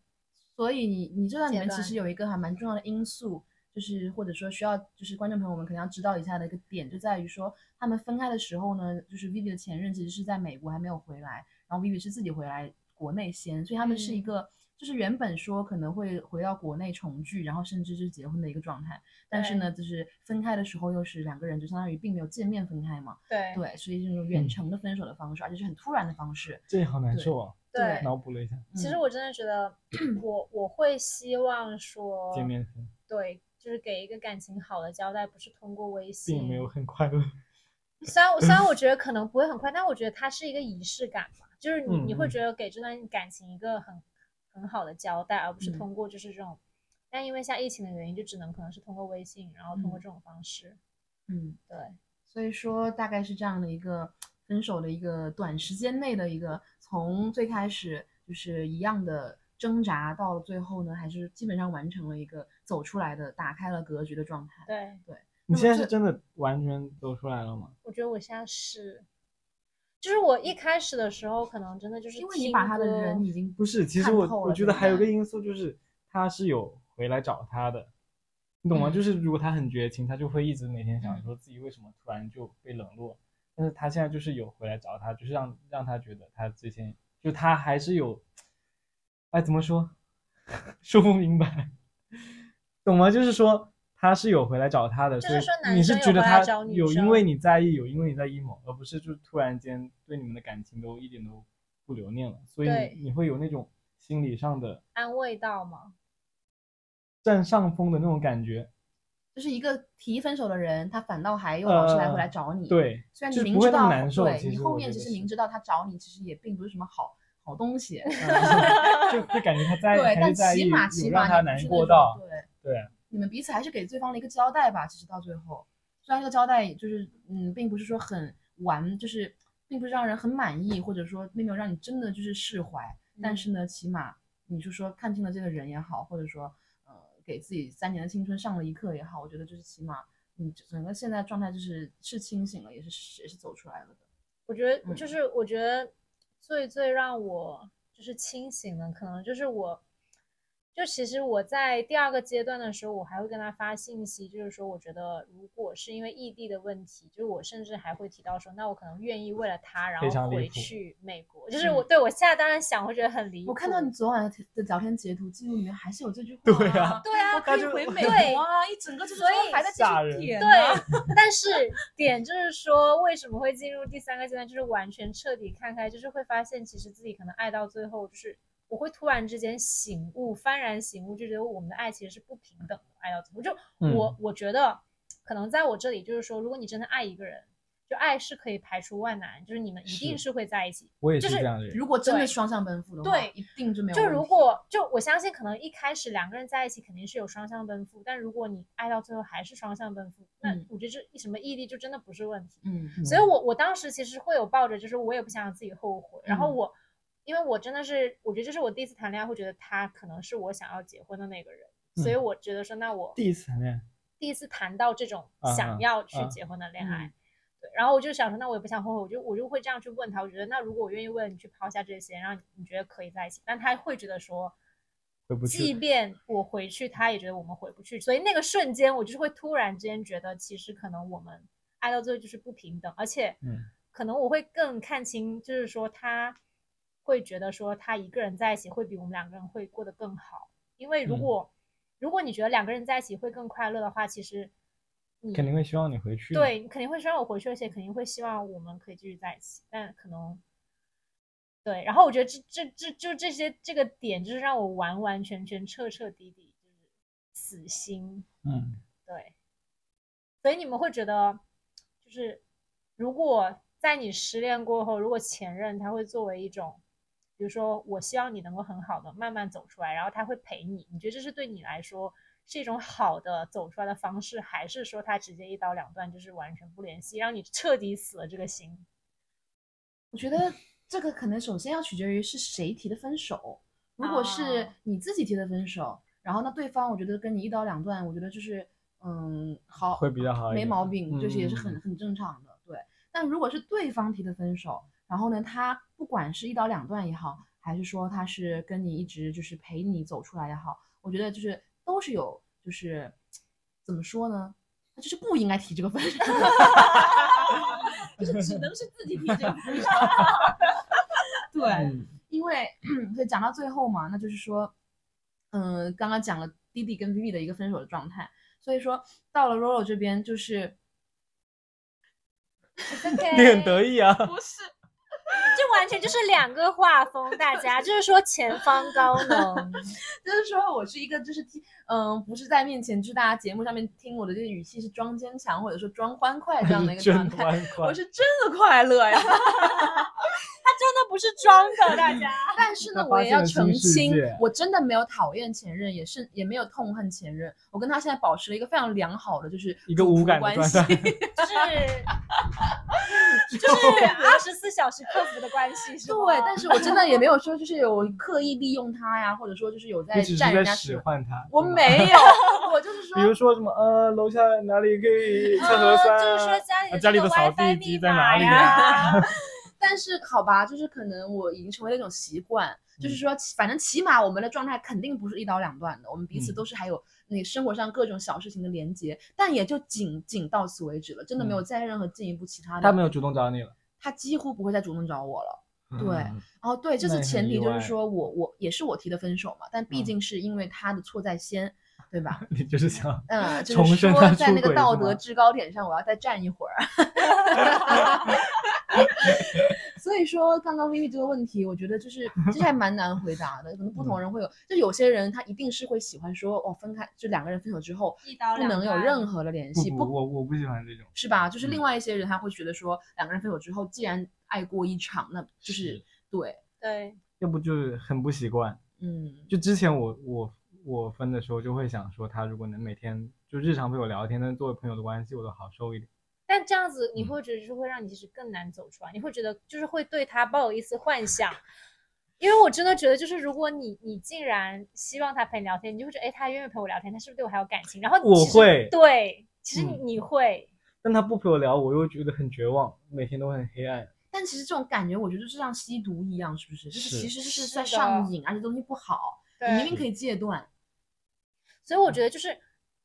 Speaker 1: 所以你你这段里面
Speaker 2: 阶段
Speaker 1: 其实有一个还蛮重要的因素，就是或者说需要就是观众朋友们可能要知道一下的一个点，就在于说他们分开的时候呢，就是 Vivi 的前任其实是在美国还没有回来，然后 Vivi 是自己回来国内先，所以他们是一
Speaker 2: 嗯
Speaker 1: 个。就是原本说可能会回到国内重聚，然后甚至是结婚的一个状态，但是呢，就是分开的时候又是两个人就相当于并没有见面分开嘛，
Speaker 2: 对
Speaker 1: 对，所以是那种远程的分手的方式，而且是很突然的方式，
Speaker 3: 这也好难受啊！
Speaker 1: 对
Speaker 3: 脑补了一下，
Speaker 2: 其实
Speaker 1: 嗯
Speaker 2: 我真的觉 得我我会希望说，
Speaker 3: 见面前
Speaker 2: 对，就是给一个感情好的交代，不是通过微信，
Speaker 3: 并没
Speaker 1: 嗯
Speaker 3: 有很快乐。
Speaker 2: 虽然我虽然我觉得可能不会很快，但我觉得它是一个仪式感吧，就是你
Speaker 3: 嗯
Speaker 2: 你会
Speaker 3: 嗯
Speaker 2: 觉得给这段感情一个很很好的交代，而不是
Speaker 1: 嗯
Speaker 2: 通过就是这种，但因为像疫情的原因，就只能可能是通过微信，然后通过
Speaker 1: 嗯
Speaker 2: 这种方式，
Speaker 1: 嗯，
Speaker 2: 对，
Speaker 1: 所以说大概是这样的一个分手的一个短时间内的一个，从最开始就是一样的挣扎，到最后呢，还是基本上完成了一个走出来的、打开了格局的状态。
Speaker 2: 对，
Speaker 3: 你
Speaker 1: 那么
Speaker 3: 现在
Speaker 1: 这
Speaker 3: 是真的完全走出来了吗？
Speaker 2: 我觉得我现在是，就是我一开始的时候可能真的就是
Speaker 1: 因为你
Speaker 2: 听
Speaker 1: 把他的
Speaker 2: 歌
Speaker 1: 人已经
Speaker 3: 不是，其实
Speaker 1: 看
Speaker 3: 我
Speaker 1: 透
Speaker 3: 我
Speaker 1: 了
Speaker 3: 觉得
Speaker 1: 怎么
Speaker 3: 还有
Speaker 1: 办
Speaker 3: 个因素就是他是有回来找他的，你懂吗？
Speaker 1: 嗯
Speaker 3: 就是如果他很绝情，他就会一直每天想
Speaker 1: 嗯
Speaker 3: 说自己为什么突然就被冷落，但是他现在就是有回来找他，就是让让他觉得他之前就他还是有，哎，怎么说， 说不明白，懂吗？就是说。他是有回来找他的，
Speaker 2: 就
Speaker 3: 所以
Speaker 2: 是说男
Speaker 3: 你
Speaker 2: 生
Speaker 3: 是
Speaker 2: 有
Speaker 3: 觉得
Speaker 2: 回来
Speaker 3: 他
Speaker 2: 找女
Speaker 3: 有因
Speaker 2: 生
Speaker 3: 为你在意，有因为你在 emo，而不是就突然间对你们的感情都一点都不留念了，所以
Speaker 2: 对
Speaker 3: 你你会有那种心理上的
Speaker 2: 安慰到嘛，
Speaker 3: 占上风的那种感觉。
Speaker 1: 就是一个提分手的人，他反倒还又老是来回来找你。，
Speaker 3: 呃对，
Speaker 1: 虽然
Speaker 3: 就
Speaker 1: 你
Speaker 3: 是
Speaker 1: 明
Speaker 3: 不会
Speaker 1: 知
Speaker 3: 那么
Speaker 1: 道，
Speaker 3: 难受
Speaker 1: 对
Speaker 3: 其
Speaker 1: 你
Speaker 3: 实
Speaker 1: 后
Speaker 3: 我
Speaker 1: 面
Speaker 3: 觉
Speaker 1: 其
Speaker 3: 得
Speaker 1: 实
Speaker 3: 是
Speaker 1: 明知道他找你，其实也并不是什么好好东西。
Speaker 3: 嗯 就会感觉他在
Speaker 1: 对，
Speaker 3: 还
Speaker 1: 但
Speaker 3: 是在意，
Speaker 1: 起码起
Speaker 3: 有让
Speaker 1: 码
Speaker 3: 他
Speaker 1: 你不
Speaker 3: 难
Speaker 1: 是那
Speaker 3: 过
Speaker 1: 种
Speaker 3: 到。
Speaker 1: 对。
Speaker 3: 对，
Speaker 1: 你们彼此还是给对方的一个交代吧。其实到最后，虽然这个交代就是嗯，并不是说很完，就是并不是让人很满意，或者说并没有让你真的就是释怀，但是呢，起码你就说看清了这个人也好，或者说呃给自己三年的青春上了一课也好，我觉得就是起码你整个现在状态就是是清醒了，也是也是走出来了的。
Speaker 2: 我觉得
Speaker 1: 嗯
Speaker 2: 就是我觉得最最让我就是清醒的，可能就是我，就其实我在第二个阶段的时候，我还会跟他发信息，就是说我觉得如果是因为异地的问题，就是我甚至还会提到说，那我可能愿意为了他，然
Speaker 3: 非常
Speaker 2: 后
Speaker 3: 离
Speaker 2: 回
Speaker 3: 谱嗯
Speaker 2: 去美国。就是我对我现在当然想，会觉得很离谱。
Speaker 1: 我看到你昨晚的的聊天截图记录里面还是有这句话、
Speaker 3: 对 啊
Speaker 2: 对啊，
Speaker 1: 我可以
Speaker 3: 就
Speaker 1: 回美
Speaker 2: 对
Speaker 1: 国啊，一整个就是
Speaker 2: 所以
Speaker 1: 说还在继
Speaker 3: 吓
Speaker 1: 续
Speaker 3: 人
Speaker 1: 点、啊。
Speaker 2: 对，但是点就是说，为什么会进入第三个阶段，就是完全彻底看开，就是会发现其实自己可能爱到最后，就是我会突然之间醒悟，幡然醒悟，就觉得我们的爱其实是不平等的，爱到最后，就
Speaker 3: 嗯
Speaker 2: 我、我觉得可能在我这里就是说，如果你真的爱一个人，就爱是可以排除万难，就是你们一
Speaker 3: 是
Speaker 2: 定是会在一起，
Speaker 3: 我也
Speaker 2: 就是是
Speaker 3: 这样的人。
Speaker 1: 如果真的
Speaker 2: 对
Speaker 1: 双向奔赴的话，
Speaker 2: 对
Speaker 1: 一定就没有
Speaker 2: 就
Speaker 1: 问题。
Speaker 2: 如果就我相信，可能一开始两个人在一起肯定是有双向奔赴，但如果你爱到最后还是双向奔赴，那
Speaker 1: 嗯
Speaker 2: 我觉得这什么异地就真的不是问题。
Speaker 1: 嗯，
Speaker 3: 嗯
Speaker 2: 所以我我当时其实会有抱着，就是我也不想让自己后悔，然后
Speaker 1: 嗯
Speaker 2: 我因为我真的是，我觉得这是我第一次谈恋爱，会觉得他可能是我想要结婚的那个人，所以
Speaker 3: 嗯
Speaker 2: 我觉得说，那我
Speaker 3: 第一次谈恋爱，
Speaker 2: 第一次谈到这种
Speaker 3: 啊
Speaker 2: 想
Speaker 3: 啊
Speaker 2: 要去
Speaker 3: 啊
Speaker 2: 结婚的恋爱，对，然后我就想说，那我也不想后悔，我就我就会这样去问他，我觉得那如果我愿意为了你去抛下这些，让你你觉得可以在一起，但他会觉得说，
Speaker 3: 回不
Speaker 2: 即
Speaker 3: 去。
Speaker 2: 便我回去，他也觉得我们回不去，所以那个瞬间，我就是会突然之间觉得，其实可能我们爱到最后就是不平等，而且
Speaker 3: 嗯，
Speaker 2: 可能我会更看清，就是说他会觉得说他一个人在一起会比我们两个人会过得更好，因为如
Speaker 3: 嗯
Speaker 2: 果、如果你觉得两个人在一起会更快乐的话，其实你
Speaker 3: 肯定会希望你回去。，
Speaker 2: 对你肯定会希望我回去，而且肯定会希望我们可以继续在一起，但可能。对，然后我觉得这这这就这些这个点，就是让我完完全全彻彻底底就是死心，
Speaker 3: 嗯，
Speaker 2: 对，所以你们会觉得，就是如果在你失恋过后，如果前任他会作为一种，比如说我希望你能够很好的慢慢走出来，然后他会陪你，你觉得这是对你来说是一种好的走出来的方式，还是说他直接一刀两断，就是完全不联系，让你彻底死了这个 心？
Speaker 1: 我觉得这个可能首先要取决于是谁提的分手。如果是
Speaker 2: 啊
Speaker 1: 你自己提的分手，然后那对方我觉得跟你一刀两断，我觉得就是嗯好
Speaker 3: 会比较好一
Speaker 1: 没
Speaker 3: 点
Speaker 1: 毛病，就是也是
Speaker 3: 嗯嗯
Speaker 1: 很很正常的。对，但如果是对方提的分手，然后呢，他不管是一刀两断也好，还是说他是跟你一直就是陪你走出来也好，我觉得就是都是有就是怎么说呢？他就是不应该提这个分手， 就是只能是自己提这个分手。 对，
Speaker 3: 嗯
Speaker 1: 因为所以讲到最后嘛，那就是说，嗯、刚刚讲了弟弟跟 Vivi 的一个分手的状态，所以说到了 Roro 这边就是
Speaker 3: 你
Speaker 2: 你
Speaker 3: 很得意啊。
Speaker 1: 不是
Speaker 2: 这完全就是两个画风，大家就是说前方高能，
Speaker 1: 就是说我是一个就是听，嗯、不是在面前，就是大家节目上面听我的这个语气是装坚强或者说装欢快这样的一个状
Speaker 3: 真
Speaker 1: 态，
Speaker 3: 欢快
Speaker 1: 我。是真的快乐 呀。
Speaker 2: 他真的不是装的，大家。
Speaker 1: 但是呢，
Speaker 3: 他
Speaker 1: 我
Speaker 3: 发
Speaker 1: 也
Speaker 3: 现
Speaker 1: 要
Speaker 3: 了
Speaker 1: 澄
Speaker 3: 新世
Speaker 1: 清
Speaker 3: 界，
Speaker 1: 我真的没有讨厌前任，也是也没有痛恨前任，我跟他现在保持了一个非常良好的就是
Speaker 3: 一个
Speaker 1: 主
Speaker 3: 无
Speaker 1: 仆
Speaker 3: 感的
Speaker 1: 关
Speaker 3: 状
Speaker 1: 系。
Speaker 3: 态
Speaker 2: 是， 就是二十四小时克服的关系，啊是吗？
Speaker 1: 对，但是我真的也没有说就是有刻意利用他呀，或者说就是有在
Speaker 3: 你只是
Speaker 1: 占
Speaker 3: 在
Speaker 1: 人家
Speaker 3: 使
Speaker 1: 便宜。
Speaker 3: 唤他。
Speaker 1: 我
Speaker 3: 对吧。
Speaker 1: 没有，我就是说
Speaker 3: 比，如说什么呃，楼下哪里可以测核酸
Speaker 2: 啊就是说家里
Speaker 3: 啊
Speaker 2: 的
Speaker 3: 家里
Speaker 2: 这个
Speaker 3: 的扫
Speaker 2: WiFi
Speaker 3: 地
Speaker 2: 密
Speaker 3: 机在
Speaker 2: 码
Speaker 3: 哪里啊
Speaker 2: 呀？
Speaker 1: 但是好吧，就是可能我已经成为了一种习惯，就是
Speaker 3: 嗯
Speaker 1: 说起，反正起码我们的状态肯定不是一刀两断的，我们彼此
Speaker 3: 嗯
Speaker 1: 都是还有那个生活上各种小事情的连接，但也就仅仅到此为止了，真的没有再任何进一步其他的。
Speaker 3: 嗯他没有主动找你了。
Speaker 1: 他几乎不会再主动找我了。对
Speaker 3: 嗯，
Speaker 1: 哦，对，这
Speaker 3: 那
Speaker 1: 次
Speaker 3: 也很
Speaker 1: 前
Speaker 3: 意
Speaker 1: 提就是
Speaker 3: 外
Speaker 1: 说我我也是我提的分手嘛，但毕
Speaker 3: 嗯
Speaker 1: 竟是因为他的错在先，对吧？
Speaker 3: 你就是想
Speaker 1: 嗯，就
Speaker 3: 重
Speaker 1: 是
Speaker 3: 申
Speaker 1: 说
Speaker 3: 他
Speaker 1: 在
Speaker 3: 出
Speaker 1: 那个
Speaker 3: 轨
Speaker 1: 道
Speaker 3: 是
Speaker 1: 德
Speaker 3: 吗
Speaker 1: 制高点上，我要再站一会儿。 所以说，刚刚 Vivi 这个问题，我觉得就是其实还蛮难回答的，可能不
Speaker 3: 嗯
Speaker 1: 同人会有，就有些人他一定是会喜欢说，哦，分开就两个人分手之后
Speaker 2: 一刀
Speaker 1: 不
Speaker 2: 两
Speaker 1: 能有
Speaker 2: 断
Speaker 1: 任何的联
Speaker 3: 不
Speaker 1: 系，
Speaker 3: 不，我我不喜欢这种。
Speaker 1: 是吧？就是另
Speaker 3: 嗯
Speaker 1: 外一些人他会觉得说，两个人分手之后，既然爱过一场，那就是
Speaker 3: 是
Speaker 1: 对，
Speaker 2: 对，
Speaker 3: 要不就是很不习惯。
Speaker 1: 嗯，
Speaker 3: 就之前我我我分的时候，就会想说，他如果能每天就日常陪我聊天，能作为朋友的关系，我都好受一点。
Speaker 2: 但这样子你
Speaker 3: 嗯
Speaker 2: 会觉得就是会让你其实更难走出来，你会觉得就是会对他抱有一丝幻想。因为我真的觉得，就是如果你你竟然希望他陪你聊天，你就会觉得，哎，他愿意陪我聊天，他是不是对我还有感情？然后
Speaker 3: 我
Speaker 2: 其实
Speaker 3: 会
Speaker 2: 对，其实
Speaker 3: 嗯
Speaker 2: 你会，
Speaker 3: 但他不陪我聊，我又觉得很绝望，每天都很黑暗。
Speaker 1: 但其实这种感觉，我觉得就像吸毒一样，是不是？就是
Speaker 3: 是
Speaker 1: 其实就是
Speaker 2: 是
Speaker 1: 在
Speaker 2: 的
Speaker 1: 上瘾，而且东西不好，你明明可以戒断。
Speaker 2: 所以我觉
Speaker 1: 嗯
Speaker 2: 得就是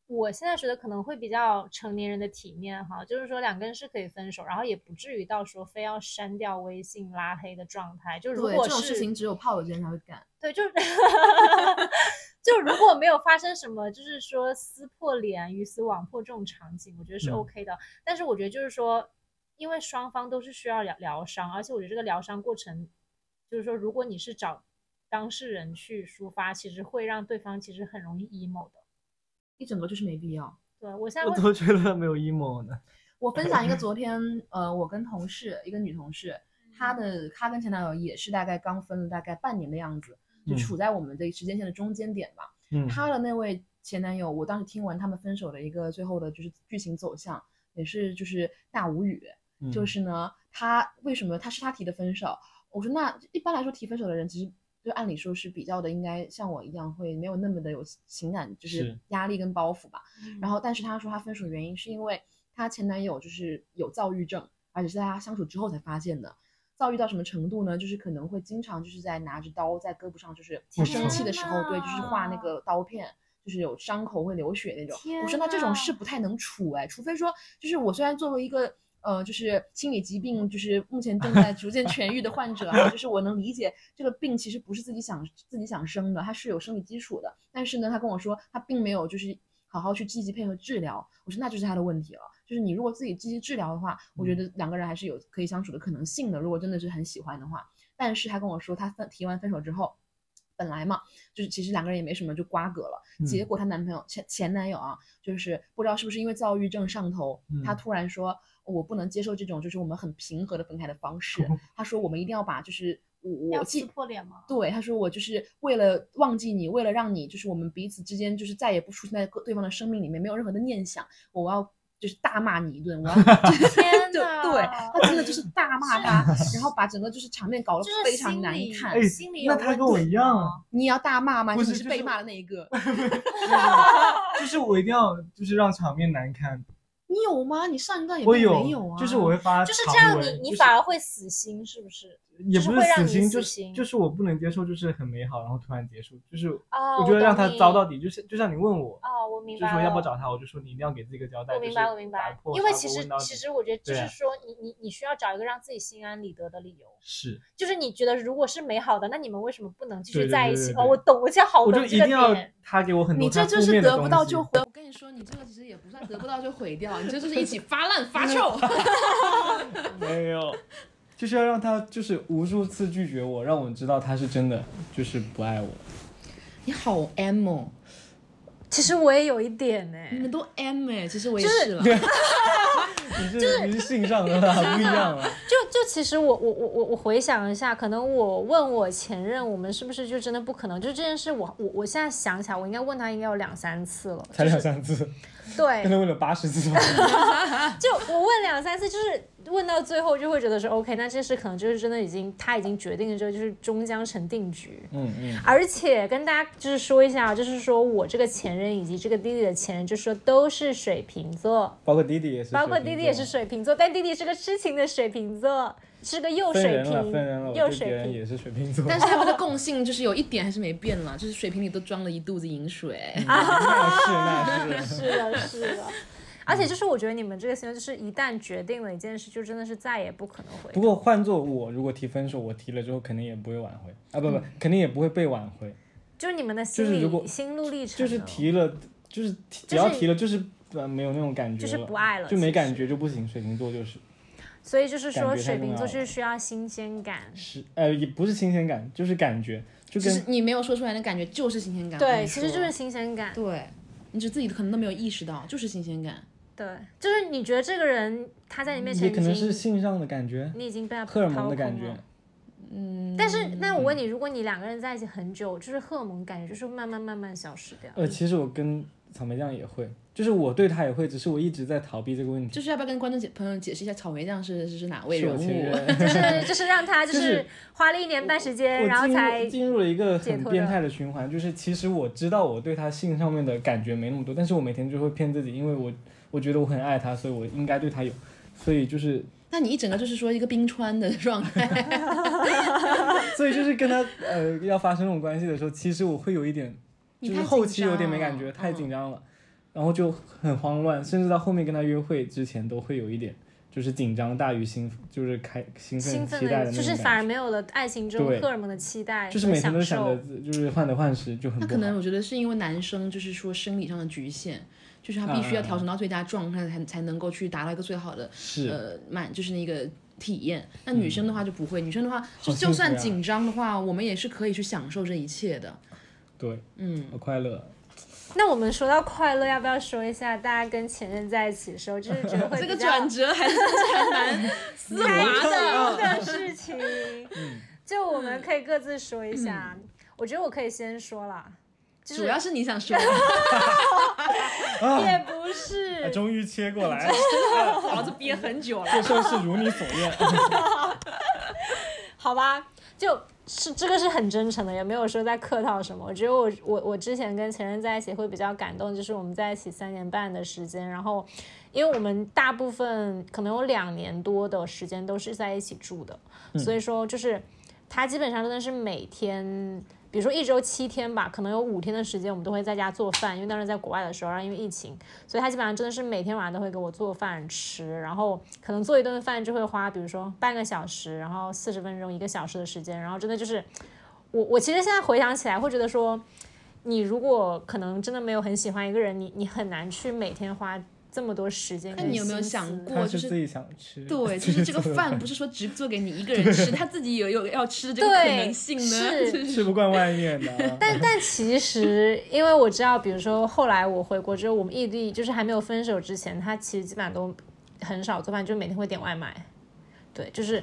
Speaker 2: 我现在觉得可能会比较成年人的体面哈，就是说两个人是可以分手，然后也不至于到说非要删掉微信拉黑的状态。就如
Speaker 1: 对，
Speaker 2: 果
Speaker 1: 这
Speaker 2: 是
Speaker 1: 种事情只有炮友之间才会干。
Speaker 2: 对，就 就如果没有发生什么，就是说撕破脸、鱼死网破这种场景，我觉得是
Speaker 3: 嗯
Speaker 2: OK 的。但是我觉得就是说，因为双方都是需要疗疗伤，而且我觉得这个疗伤过程，就是说如果你是找当事人去抒发，其实会让对方其实很容易 emo 的。
Speaker 1: 一整个就是没必要。
Speaker 2: 对我现在
Speaker 3: 我
Speaker 2: 会
Speaker 3: 都觉得没有 emo 呢。
Speaker 1: 我分享一个昨天，呃，我跟同事一个女同事，
Speaker 2: 嗯
Speaker 1: 她的她跟前男友也是大概刚分了大概半年的样子，就
Speaker 3: 嗯
Speaker 1: 处在我们的时间线的中间点吧。
Speaker 3: 嗯，
Speaker 1: 她的那位前男友，我当时听完他们分手的一个最后的就是剧情走向，也是就是大无语。
Speaker 3: 嗯
Speaker 1: 就是呢，他为什么他是他提的分手？我说那一般来说提分手的人，其实就按理说是比较的，应该像我一样会没有那么的有情感，就是
Speaker 3: 是
Speaker 1: 压力跟包袱吧。
Speaker 2: 嗯
Speaker 1: 然后，但是她说她分手的原因是因为她前男友就是有躁郁症，而且是在她相处之后才发现的。躁郁到什么程度呢？就是可能会经常就是在拿着刀在胳膊上，就是
Speaker 3: 我
Speaker 1: 生气的时候，
Speaker 2: 天
Speaker 1: 对，就是画那
Speaker 2: 呐
Speaker 1: 个刀片，就是有伤口会流血那种。我说
Speaker 2: 天
Speaker 1: 那这种
Speaker 2: 呐
Speaker 1: 是不太能处哎，除非说就是我虽然作为一个呃就是心理疾病就是目前正在逐渐痊愈的患者 啊，就是我能理解这个病其实不是自己想自己想生的，它是有生理基础的，但是呢，他跟我说他并没有就是好好去积极配合治疗，我说那就是他的问题了。就是你如果自己积极治疗的话，我觉
Speaker 3: 嗯
Speaker 1: 得两个人还是有可以相处的可能性的。如果真的是很喜欢的话，但是他跟我说他分提完分手之后，本来嘛就是其实两个人也没什么就瓜葛了，结
Speaker 3: 嗯
Speaker 1: 果她男朋友前前男友啊，就是不知道是不是因为躁郁症上头，他
Speaker 3: 嗯
Speaker 1: 突然说我不能接受这种就是我们很平和的分开的 方式，他说我们一定要把就是我
Speaker 2: 要
Speaker 1: 我
Speaker 2: 撕
Speaker 1: 记
Speaker 2: 破脸吗？
Speaker 1: 对，他说我就是为了忘记你，为了让你就是我们彼此之间就是再也不出现在各对方的生命里面，没有任何的念想，我要就是大骂你一顿， 我要
Speaker 2: 天
Speaker 1: 就对
Speaker 2: 呐
Speaker 1: 他真的就是大骂他， 然后把整个就是场面搞得
Speaker 2: 就是
Speaker 1: 非常
Speaker 2: 心
Speaker 1: 难
Speaker 2: 理
Speaker 1: 看。
Speaker 3: 哎
Speaker 2: 心里有
Speaker 3: 那他
Speaker 2: 问
Speaker 3: 跟我
Speaker 2: 题
Speaker 3: 一样
Speaker 2: 吗
Speaker 3: 啊
Speaker 1: 你也要大骂吗？
Speaker 3: 不
Speaker 1: 你
Speaker 3: 是
Speaker 1: 是
Speaker 3: 就
Speaker 1: 被
Speaker 3: 是
Speaker 1: 骂的那一个，
Speaker 3: 啊就是我一定要就是让场面难看，
Speaker 1: 你有吗？你上一段也
Speaker 3: 我
Speaker 1: 并
Speaker 3: 有，
Speaker 1: 没有啊，
Speaker 3: 就是我会发
Speaker 2: 就是
Speaker 3: 长
Speaker 2: 这样，
Speaker 3: 文
Speaker 2: 你
Speaker 3: 就
Speaker 2: 你
Speaker 3: 是
Speaker 2: 反而会死心，是不是？
Speaker 3: 也
Speaker 2: 就是
Speaker 3: 不
Speaker 2: 会让
Speaker 3: 死
Speaker 2: 你
Speaker 3: 心，
Speaker 2: 死
Speaker 3: 就是
Speaker 2: 心
Speaker 3: 就是我不能接受，就是很美好，然后突然结束，就是
Speaker 2: 哦
Speaker 3: 我
Speaker 2: 我
Speaker 3: 觉得让
Speaker 2: 懂
Speaker 3: 他糟
Speaker 2: 你
Speaker 3: 到底，就是就像你问我，
Speaker 2: 哦，我明
Speaker 3: 就
Speaker 2: 白
Speaker 3: 是
Speaker 2: 了。
Speaker 3: 说要不要找他，我就说你一定要给自己一个交代，
Speaker 2: 我
Speaker 3: 就
Speaker 2: 明
Speaker 3: 是
Speaker 2: 白，我明
Speaker 3: 打
Speaker 2: 白
Speaker 3: 破。
Speaker 2: 因为
Speaker 3: 砂
Speaker 2: 其
Speaker 3: 锅
Speaker 2: 实
Speaker 3: 问到
Speaker 2: 其
Speaker 3: 底
Speaker 2: 实我觉得就
Speaker 3: 对
Speaker 2: 是
Speaker 3: 啊
Speaker 2: 说你，你你需要找一个让自己心安理得的理由。
Speaker 3: 是，
Speaker 2: 就是你觉得如果是美好的，那你们为什么不能继
Speaker 3: 对
Speaker 2: 续
Speaker 3: 对
Speaker 2: 在
Speaker 3: 对
Speaker 2: 一
Speaker 3: 对
Speaker 2: 起？
Speaker 3: 对
Speaker 2: 哦，我懂，我现在好
Speaker 3: 我
Speaker 2: 懂
Speaker 3: 就
Speaker 2: 这
Speaker 3: 一
Speaker 2: 个
Speaker 3: 定要
Speaker 2: 点。
Speaker 3: 他给我很多
Speaker 1: 你这
Speaker 3: 他
Speaker 1: 就
Speaker 3: 负
Speaker 1: 是
Speaker 3: 面的
Speaker 1: 得不
Speaker 3: 东
Speaker 1: 到
Speaker 3: 西
Speaker 1: 就毁。我跟你说，你这个其实也不算得不到就毁掉，你这就是一起发烂发臭。
Speaker 3: 没有， 就是要让他就是无数次拒绝我，让我知道他是真的就是不爱我。
Speaker 1: 你好 M 哦，
Speaker 2: 其实我也有一点欸呢、
Speaker 1: 你们都 M 哎，其实我也
Speaker 2: 就是
Speaker 1: 是了。
Speaker 3: 你是你是性上 的啦，不一样啊了。
Speaker 2: 就就其实我我我我我回想一下，可能我问我前任，我们是不是就真的不可能？就这件事我，我我现在想起来，我应该问他应该有两三次了。
Speaker 3: 才两三次，
Speaker 2: 对，
Speaker 3: 能问了八十次吧。
Speaker 2: 就我问两三次，就是问到最后就会觉得说，OK，那这事可能就是真的已经他已经决定了，之后就是终将成定局。
Speaker 3: 嗯嗯，
Speaker 2: 而且跟大家就是说一下啊，就是说我这个前任以及这个弟弟的前任，就是说都是水瓶座，
Speaker 3: 包括弟弟也是，
Speaker 2: 包括弟弟也是，水瓶座，但弟弟是个痴情的水瓶座，是个右
Speaker 3: 分
Speaker 2: 水
Speaker 3: 人了
Speaker 2: 瓶
Speaker 3: 分人了，，我
Speaker 2: 右
Speaker 3: 对别
Speaker 2: 水
Speaker 3: 人
Speaker 2: 瓶。
Speaker 3: 也是水瓶座。
Speaker 1: 但是他们的共性就是有一点还是没变了，就是水瓶里都装了一肚子银水。
Speaker 3: 嗯那是那 是，
Speaker 2: 是的，是的。而
Speaker 3: 嗯
Speaker 2: 且就是我觉得你们这个星座，就是一旦决定了一件事，就真的是再也不可能回
Speaker 3: 不过换做我，如果提分手，我提了之后肯定也不会挽回啊，
Speaker 2: 嗯
Speaker 3: 不不，肯定也不会被挽回。
Speaker 2: 就是你们的
Speaker 3: 就
Speaker 2: 心
Speaker 3: 是
Speaker 2: 理、
Speaker 3: 如果
Speaker 2: 心路历程
Speaker 3: 就是
Speaker 2: 呢
Speaker 3: 提了，就是提只
Speaker 2: 就是
Speaker 3: 要提了，就是呃没有那种感觉
Speaker 2: 就是不爱了
Speaker 3: 就没
Speaker 2: 其
Speaker 3: 感
Speaker 2: 实
Speaker 3: 觉就不行。水瓶座就是
Speaker 2: 所以就是
Speaker 3: 感
Speaker 2: 说，
Speaker 3: 觉太
Speaker 2: 水
Speaker 3: 重
Speaker 2: 瓶
Speaker 3: 要
Speaker 2: 座就
Speaker 3: 了
Speaker 2: 是需要新鲜感。
Speaker 3: 是呃，也不是新鲜感，就是感觉，就
Speaker 1: 就
Speaker 3: 跟
Speaker 1: 是 你没有说出来的感觉就是新鲜感。我跟
Speaker 2: 对，
Speaker 1: 你
Speaker 2: 其实
Speaker 1: 说
Speaker 2: 就是新鲜感。
Speaker 1: 对，你只自己可能都没有意识到，就是新鲜感。
Speaker 2: 对，就是你觉得这个人他在你面前
Speaker 3: 也
Speaker 2: 已
Speaker 3: 可能是
Speaker 2: 经，
Speaker 3: 性上的感觉，
Speaker 2: 你已经被他
Speaker 3: 荷尔
Speaker 2: 掏
Speaker 3: 蒙的感
Speaker 2: 空
Speaker 3: 觉嗯
Speaker 2: 了。但是，那我问你，如果你两个人在一起很久，就是荷尔蒙感觉就是慢慢慢慢消失 掉。
Speaker 3: 呃，其实我跟草莓酱也会，就是我对他也会，只是我一直在逃避这个问题。
Speaker 1: 就是要不要跟观众解朋友解释一下草莓酱是是哪位
Speaker 3: 是
Speaker 1: 人
Speaker 3: 我前
Speaker 1: 物？
Speaker 2: 就
Speaker 3: 任，
Speaker 2: 是就是让他就
Speaker 3: 就是
Speaker 2: 是花了一年半时间，然
Speaker 3: 我
Speaker 2: 后
Speaker 3: 进
Speaker 2: 才
Speaker 3: 入进入了一个
Speaker 2: 解
Speaker 3: 很
Speaker 2: 脱
Speaker 3: 变
Speaker 2: 的
Speaker 3: 态的循环，就是其实我知道我对他性上面的感觉没那么多，但是我每天就会骗自己，因为我我觉得我很爱他，所以我应该对他有，所以就是
Speaker 1: 那你一整个就是说一个冰川的状态，
Speaker 3: 所以就是跟他呃要发生这种关系的时候，其实我会有一点，
Speaker 1: 你
Speaker 3: 就是
Speaker 1: 太
Speaker 3: 后
Speaker 1: 紧
Speaker 3: 期有点没感
Speaker 1: 张
Speaker 3: 觉，
Speaker 1: 了
Speaker 3: 太
Speaker 1: 嗯
Speaker 3: 紧张了，然后就很慌乱，甚至到后面跟他约会之前都会有一点，就是紧张大于兴，就是开兴奋
Speaker 2: 兴奋
Speaker 3: 期待
Speaker 2: 的，
Speaker 3: 那
Speaker 2: 就
Speaker 3: 种
Speaker 2: 是
Speaker 3: 感
Speaker 2: 反而
Speaker 3: 觉。
Speaker 2: 没有了爱情中
Speaker 3: 对
Speaker 2: 荷尔蒙的期待
Speaker 3: 就是
Speaker 2: 和
Speaker 3: 每天都
Speaker 2: 享
Speaker 3: 想
Speaker 2: 受
Speaker 3: 着，就是患得患失，就很
Speaker 1: 那
Speaker 3: 不
Speaker 1: 可
Speaker 3: 好
Speaker 1: 能。我觉得是因为男生就是说生理上的局限，就是他必须要调整到最佳状态才才能够去达到一个最好的
Speaker 3: 啊是，嗯
Speaker 1: 呃满就是那个体验。那女生的话就不会，女生的话就
Speaker 3: 好
Speaker 1: 就
Speaker 3: 幸
Speaker 1: 算
Speaker 3: 福呀
Speaker 1: 紧张的话，我们也是可以去享受这一切的。
Speaker 3: 对，
Speaker 1: 嗯，
Speaker 3: 好快乐。
Speaker 2: 那我们说到快乐，要不要说一下大家跟前任在一起的时候，就是觉得会
Speaker 1: 这个
Speaker 2: 比较
Speaker 1: 转折还是还蛮 丝滑
Speaker 2: 开心
Speaker 3: 啊
Speaker 1: 的。
Speaker 2: 的事情，
Speaker 3: 嗯
Speaker 2: 就我
Speaker 1: 嗯
Speaker 2: 们可以各自说一下。我觉得我可以先说了，就是
Speaker 1: 主要是你想说，
Speaker 2: 也
Speaker 3: 啊，
Speaker 2: 不是，
Speaker 3: 终于切过 来，
Speaker 1: 老子憋很久了。
Speaker 3: 这事儿是如你所愿。
Speaker 2: 好吧，就是这个是很真诚的，也没有说在客套什么。我觉得我我我之前跟前任在一起会比较感动，就是我们在一起三年半的时间，然后因为我们大部分可能有两年多的时间都是在一起住的，
Speaker 3: 嗯
Speaker 2: 所以说就是他基本上真的是每天。比如说一周七天吧，可能有五天的时间我们都会在家做饭，因为当时在国外的时候，然后因为疫情，所以他基本上真的是每天晚上都会给我做饭吃，然后可能做一顿饭就会花，比如说半个小时，然后四十分钟、一个小时的时间，然后真的就是，我我其实现在回想起来会觉得说，你如果可能真的没有很喜欢一个人，你你很难去每天花这么多时间
Speaker 1: 那
Speaker 2: 跟
Speaker 1: 你有没有
Speaker 2: 心
Speaker 1: 想
Speaker 2: 思
Speaker 1: 过
Speaker 3: 他
Speaker 1: 就是
Speaker 3: 自己想吃，
Speaker 1: 对，
Speaker 3: 自己
Speaker 1: 就是这个
Speaker 3: 做的
Speaker 1: 饭不是说只做给你一个人 吃，他自己有有要吃的这个可
Speaker 2: 对
Speaker 1: 能性呢。
Speaker 2: 是
Speaker 1: 就是
Speaker 3: 吃不惯外面的 啊，
Speaker 2: 但但其实，因为我知道，比如说后来我回国之后，我们异地就是还没有分手之前，他其实基本上都很少做饭，就每天会点外卖。对，就是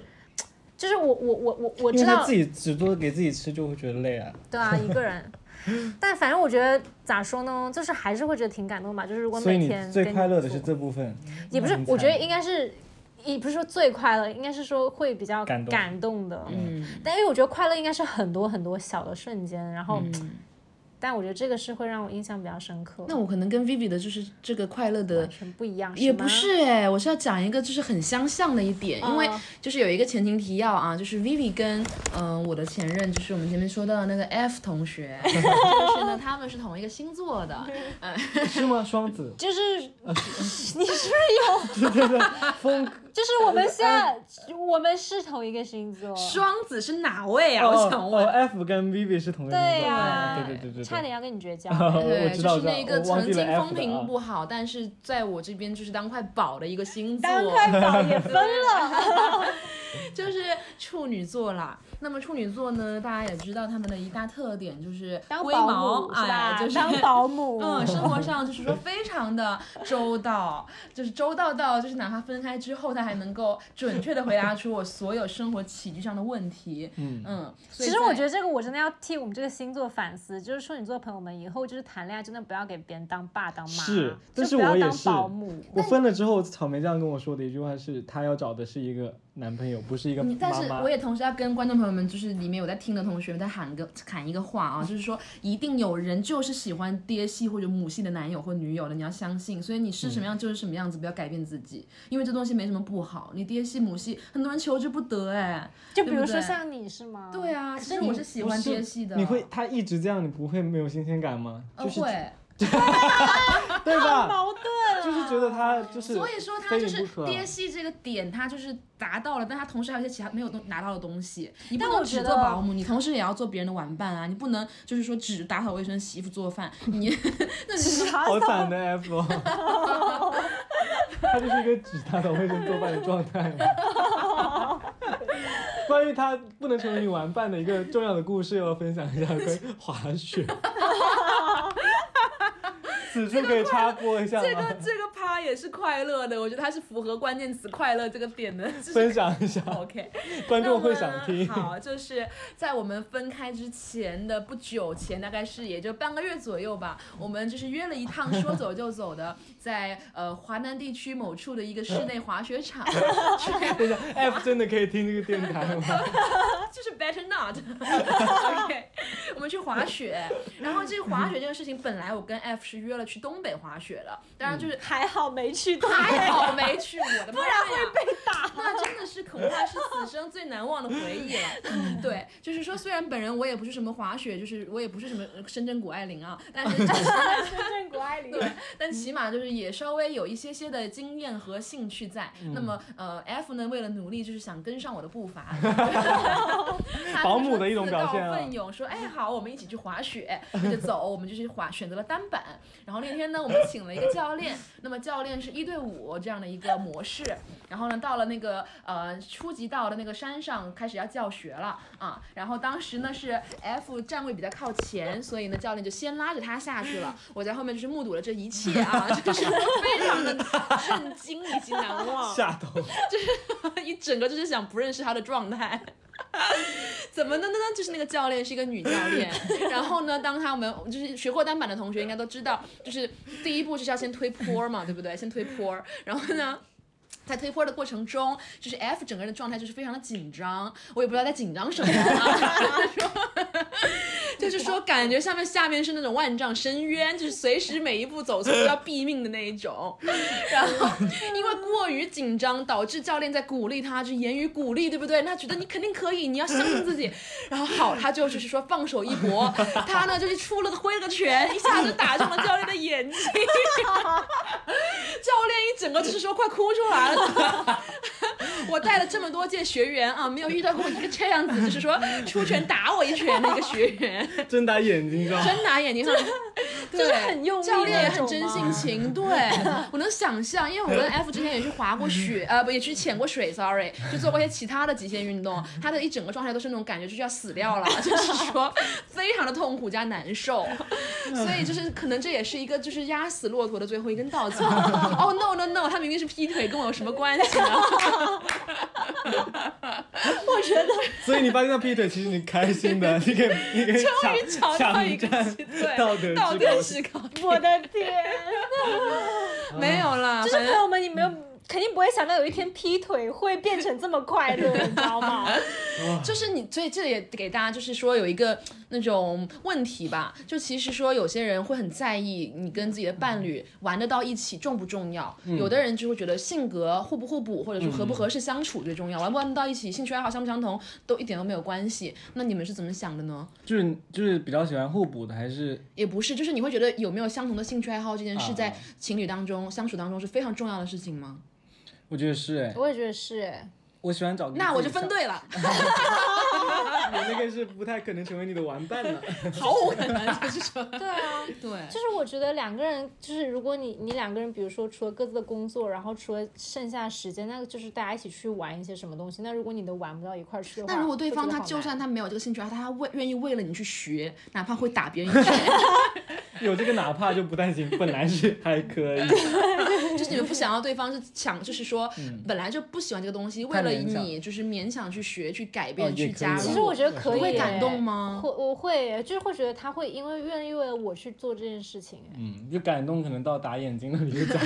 Speaker 2: 就是我我我我我
Speaker 3: 因为
Speaker 2: 知
Speaker 3: 他
Speaker 2: 道
Speaker 3: 自，己只做给自己吃就会觉得累啊。
Speaker 2: 对啊，一个 人。但反正我觉得咋说呢，就是还是会觉得挺感动吧。就是如果
Speaker 3: 所以
Speaker 2: 每
Speaker 3: 你
Speaker 2: 天
Speaker 3: 最
Speaker 2: 跟
Speaker 3: 快乐的
Speaker 2: 做
Speaker 3: 是这部分，
Speaker 2: 也不是
Speaker 3: 那，你
Speaker 2: 我觉得
Speaker 3: 惨
Speaker 2: 应该是，也不是说最快乐，应该是说会比较
Speaker 3: 感动
Speaker 2: 的。
Speaker 1: 嗯
Speaker 2: 但因为我觉得快乐应该是很多很多小的瞬间，然后，
Speaker 1: 嗯，
Speaker 2: 但我觉得这个是会让我印象比较深刻。
Speaker 1: 那我可能跟 Vivi 的就是这个快乐的
Speaker 2: 完全不
Speaker 3: 啊
Speaker 2: 一样，
Speaker 1: 也不
Speaker 2: 吗
Speaker 1: 是哎，我是要讲一个就是很相像的一点，因为
Speaker 3: 嗯
Speaker 2: 哦，
Speaker 1: 就是有一个前情提要啊，就是 Vivi 跟嗯、呃我的前任，就是我们前面说到的那个 F 同学， 就是呢他们是同一个星座的，
Speaker 3: 是吗？双子
Speaker 2: 就是
Speaker 3: 啊
Speaker 2: 你是
Speaker 3: 风
Speaker 2: 就是我
Speaker 3: 呃
Speaker 2: 们现在我们是同一个星座，
Speaker 1: 双子是哪位啊？
Speaker 3: 哦
Speaker 1: 我 想
Speaker 3: 哦
Speaker 1: 问。
Speaker 3: ，F 跟 Vivi 是同一个星座
Speaker 2: 对呀、
Speaker 3: 啊对对对对对，
Speaker 2: 差点要跟你绝 交。
Speaker 1: 对，
Speaker 3: 我知
Speaker 1: 就
Speaker 3: 道，
Speaker 1: 是
Speaker 3: 知道
Speaker 1: 那个
Speaker 3: 我忘
Speaker 1: 曾
Speaker 3: 记了
Speaker 1: 经
Speaker 3: F
Speaker 1: 风
Speaker 3: 的
Speaker 1: 评
Speaker 3: 啊。
Speaker 1: 不好，但是在我这边就是当块宝的一个星座，
Speaker 2: 当快宝也分 了，
Speaker 1: 就是处女座啦。那么处女座呢，大家也知道他们的一大特点就是
Speaker 2: 当
Speaker 1: 龟
Speaker 2: 保
Speaker 1: 毛，
Speaker 2: 姆是
Speaker 1: 哎
Speaker 2: 吧，？
Speaker 1: 就是
Speaker 2: 当保姆，
Speaker 1: 嗯，生活上就是说非常的周到，就是周到到就是哪怕分开之后，他还能够准确的回答出我所有生活起居上的问题。
Speaker 3: 嗯，
Speaker 1: 嗯，所以
Speaker 2: 其实我觉
Speaker 1: 得
Speaker 2: 得这个我真的要替我们这个星座反思，就是处女座朋友们以后就是谈恋爱真的不要给别人当爸当妈，
Speaker 3: 是
Speaker 2: 就
Speaker 3: 但是
Speaker 2: 不要
Speaker 3: 我也
Speaker 2: 当
Speaker 3: 是
Speaker 2: 保姆。
Speaker 3: 我分了之后，草莓酱跟我说的一句话是，她要找的是一个男朋友，不是一个妈
Speaker 1: 嗯你，但是
Speaker 3: 妈
Speaker 1: 我。也同时要跟观众朋友们，就是里面有在听的同学们在喊个喊一个话啊，就是说一定有人就是喜欢爹系或者母系的男友或女友的，你要相信，所以你是什么
Speaker 3: 嗯
Speaker 1: 样就是什么样子，不要改变自己，因为这东西没什么不好，你爹系母系很多人求之不得哎。
Speaker 2: 就比
Speaker 1: 对不
Speaker 2: 如说
Speaker 1: 对
Speaker 2: 像你是吗？
Speaker 1: 对啊，
Speaker 2: 啊可
Speaker 1: 其
Speaker 2: 是
Speaker 1: 实
Speaker 2: 你
Speaker 1: 我是喜欢
Speaker 3: 不是
Speaker 1: 爹系的，啊
Speaker 3: 你会她一直这样，你不会没有新鲜感吗？
Speaker 1: 呃
Speaker 3: 就是
Speaker 1: 会。
Speaker 3: 对吧？
Speaker 2: 矛盾，
Speaker 3: 就是觉得她就是，
Speaker 1: 所以说他
Speaker 3: 非你
Speaker 1: 就是
Speaker 3: 不可
Speaker 1: 爹系这个点，他就是达到了，但他同时还有一些其他没有东拿到的东西。你不
Speaker 2: 但
Speaker 1: 能
Speaker 2: 我
Speaker 1: 只
Speaker 2: 觉
Speaker 1: 做
Speaker 2: 得
Speaker 1: 保姆，你同时也要做别人的玩伴啊！你不能就是说只打扫卫生、洗衣服、做 饭。你那你说
Speaker 3: 好惨的 F 哦， 他就是一个只打扫卫生做饭的状态。 关于他不能成为你玩伴的一个重要的故事，要分享一下关于滑雪。 此处可以插播一下
Speaker 1: 这
Speaker 3: 吗
Speaker 1: 个？这个趴也是快乐的，我觉得它是符合关键词“快乐”这个点 的。就是
Speaker 3: 分享一下，
Speaker 1: OK，
Speaker 3: 观众会
Speaker 1: 那么
Speaker 3: 想听。
Speaker 1: 好，就是在我们分开之前的不久前，大概是也就半个月左右吧，我们就是约了一趟说走就走的，在呃华南地区某处的一个室内滑雪场， 去
Speaker 3: F 真的可以听这个电台吗？
Speaker 1: 就是 better not 。OK，我们去滑雪，然后这个滑雪这个事情，本来我跟 F 是约了去东北滑雪的，当然就是
Speaker 2: 还好没去到，
Speaker 1: 还好没去，我 的妈呀！不然
Speaker 2: 嗯会被打。
Speaker 1: 那真的是恐怕是此生最难忘的回忆 了。对，就是说，虽然本人我也不是什么滑雪，就是我也不是什么深圳谷爱凌啊，但是
Speaker 2: 深圳谷爱凌，
Speaker 1: 但起码就是也稍微有一些些的经验和兴趣在。
Speaker 3: 嗯
Speaker 1: 那么呃，F 呢，为了努力就是想跟上我的步 伐，他
Speaker 3: 保姆的一种表现
Speaker 1: 自
Speaker 3: 啊
Speaker 1: 告奋勇说：“哎，好，我们一起去滑雪。”那就走，我们就去滑，选择了单板。然后那天呢，我们请了一个教练，那么教练是一对五这样的一个模式。然后呢，到了那个呃初级道的那个山上，开始要教学了啊。然后当时呢是 F 站位比较靠前，所以呢教练就先拉着他下去了。我在后面就是目睹了这一切啊， 就是非常的震惊以及难忘。
Speaker 3: 下头，
Speaker 1: 一整个就是想不认识他的状态。 怎么的呢？就是那个教练是一个女教练，然后呢，当他们就是学过单板的同学应该都知道，就是第一步就是要先推坡嘛，对不对？先推坡，然后呢，在推坡的过程中，就是 F 整个人的状态就是非常的紧张，我也不知道在紧张什么、啊， 就是说感觉下面下面是那种万丈深渊，就是随时每一步走错都要毙命的那一种。然后因为过于紧张，导致教练在鼓励他，就是言语鼓励，对不对？他觉得你肯定可以，你要相信自己。然后好，他就就是说放手一搏，他呢就是出了个挥了个拳，一下就打中了教练的眼睛。教练一整个就是说快哭出来了。我带了这么多届学员啊，没有遇到过一个这样子，就是说出拳打我一拳的一个学员，
Speaker 3: 睁打眼睛是吧？
Speaker 1: 真打眼睛上，对
Speaker 2: 就是很用力
Speaker 1: 教练也
Speaker 2: 那种
Speaker 1: 很真
Speaker 2: 吗
Speaker 1: 性情，对我能想象，因为我跟 F 之前也去滑过雪，呃，不也去潜过水，sorry，就做过一些其他的极限运动，他的一整个状态都是那种感觉就是要死掉了，就是说非常的痛苦加难受，所以就是可能这也是一个就是压死骆驼的最后一根稻草。哦、no no no，他明明是劈腿，跟我有什么关系啊 呢？
Speaker 2: 我觉得
Speaker 3: 所以你发现他劈腿，其实你开心 的，你可以你可以
Speaker 1: 找
Speaker 3: 抢
Speaker 1: 到一
Speaker 3: 抢
Speaker 1: 个
Speaker 3: 占
Speaker 1: 机 对
Speaker 3: 道德
Speaker 1: 道
Speaker 3: 制
Speaker 1: 德
Speaker 3: 高
Speaker 1: 制高
Speaker 3: 嗯
Speaker 1: 点，
Speaker 2: 我的天，
Speaker 1: 没有啦，
Speaker 2: 就是
Speaker 1: 反
Speaker 2: 朋
Speaker 1: 正
Speaker 2: 友们，你们有肯定不会想到有一天劈腿会变成这么快乐，你知道 吗？
Speaker 1: 就是你，所以这也给大家就是说有一个那种问题吧，就其实说有些人会很在意你跟自己的伴侣玩得到一起重不重要，有的人就会觉得性格互不互补，或者说合不合适相处最重要，玩不玩得到一起，兴趣爱好相不相同都一点都没有关系。那你们是怎么想的呢？
Speaker 3: 就是就是比较喜欢互补的，还是
Speaker 1: 也不是，就是你会觉得有没有相同的兴趣爱好这件事，
Speaker 3: 啊
Speaker 1: 在情侣当中、相处当中是非常重要的事情吗？
Speaker 3: 我觉得是哎，
Speaker 2: 我也觉得是，欸
Speaker 3: 我喜欢找
Speaker 1: 那我就分
Speaker 3: 队，
Speaker 1: 对了，
Speaker 3: 你那个是不太可能成为你的玩伴了。
Speaker 1: 毫无可能，就是说，
Speaker 2: 对啊，
Speaker 1: 对。
Speaker 2: 就是我觉得两个人，就是如果你你两个人，比如说除了各自的工作，然后除了剩下时间，那个就是大家一起去玩一些什么东西。那如果你都玩不到一块儿去的话，
Speaker 1: 那如果对方
Speaker 2: 我觉得
Speaker 1: 他
Speaker 2: 好
Speaker 1: 就
Speaker 2: 难
Speaker 1: 算他没有这个兴趣爱好，他还为愿意为了你去学，哪怕会打别人 一拳，
Speaker 3: 有这个哪怕就不太行，本来是还 可以，
Speaker 1: 就是你们不想要对方是强，就是说
Speaker 3: 嗯
Speaker 1: 本来就不喜欢这个东西，为了
Speaker 3: 太勉强
Speaker 1: 你就是勉强去学、去改
Speaker 3: 哦
Speaker 1: 变、
Speaker 3: 也
Speaker 1: 去
Speaker 3: 可以
Speaker 1: 加
Speaker 3: 啊
Speaker 1: 入。
Speaker 2: 其实我觉得可以
Speaker 1: 你
Speaker 2: 耶，
Speaker 1: 会感动吗
Speaker 2: 会，我会，就是会觉得他会因为愿意为了我去做这件事情。
Speaker 3: 嗯，就感动可能到打眼睛那里就打。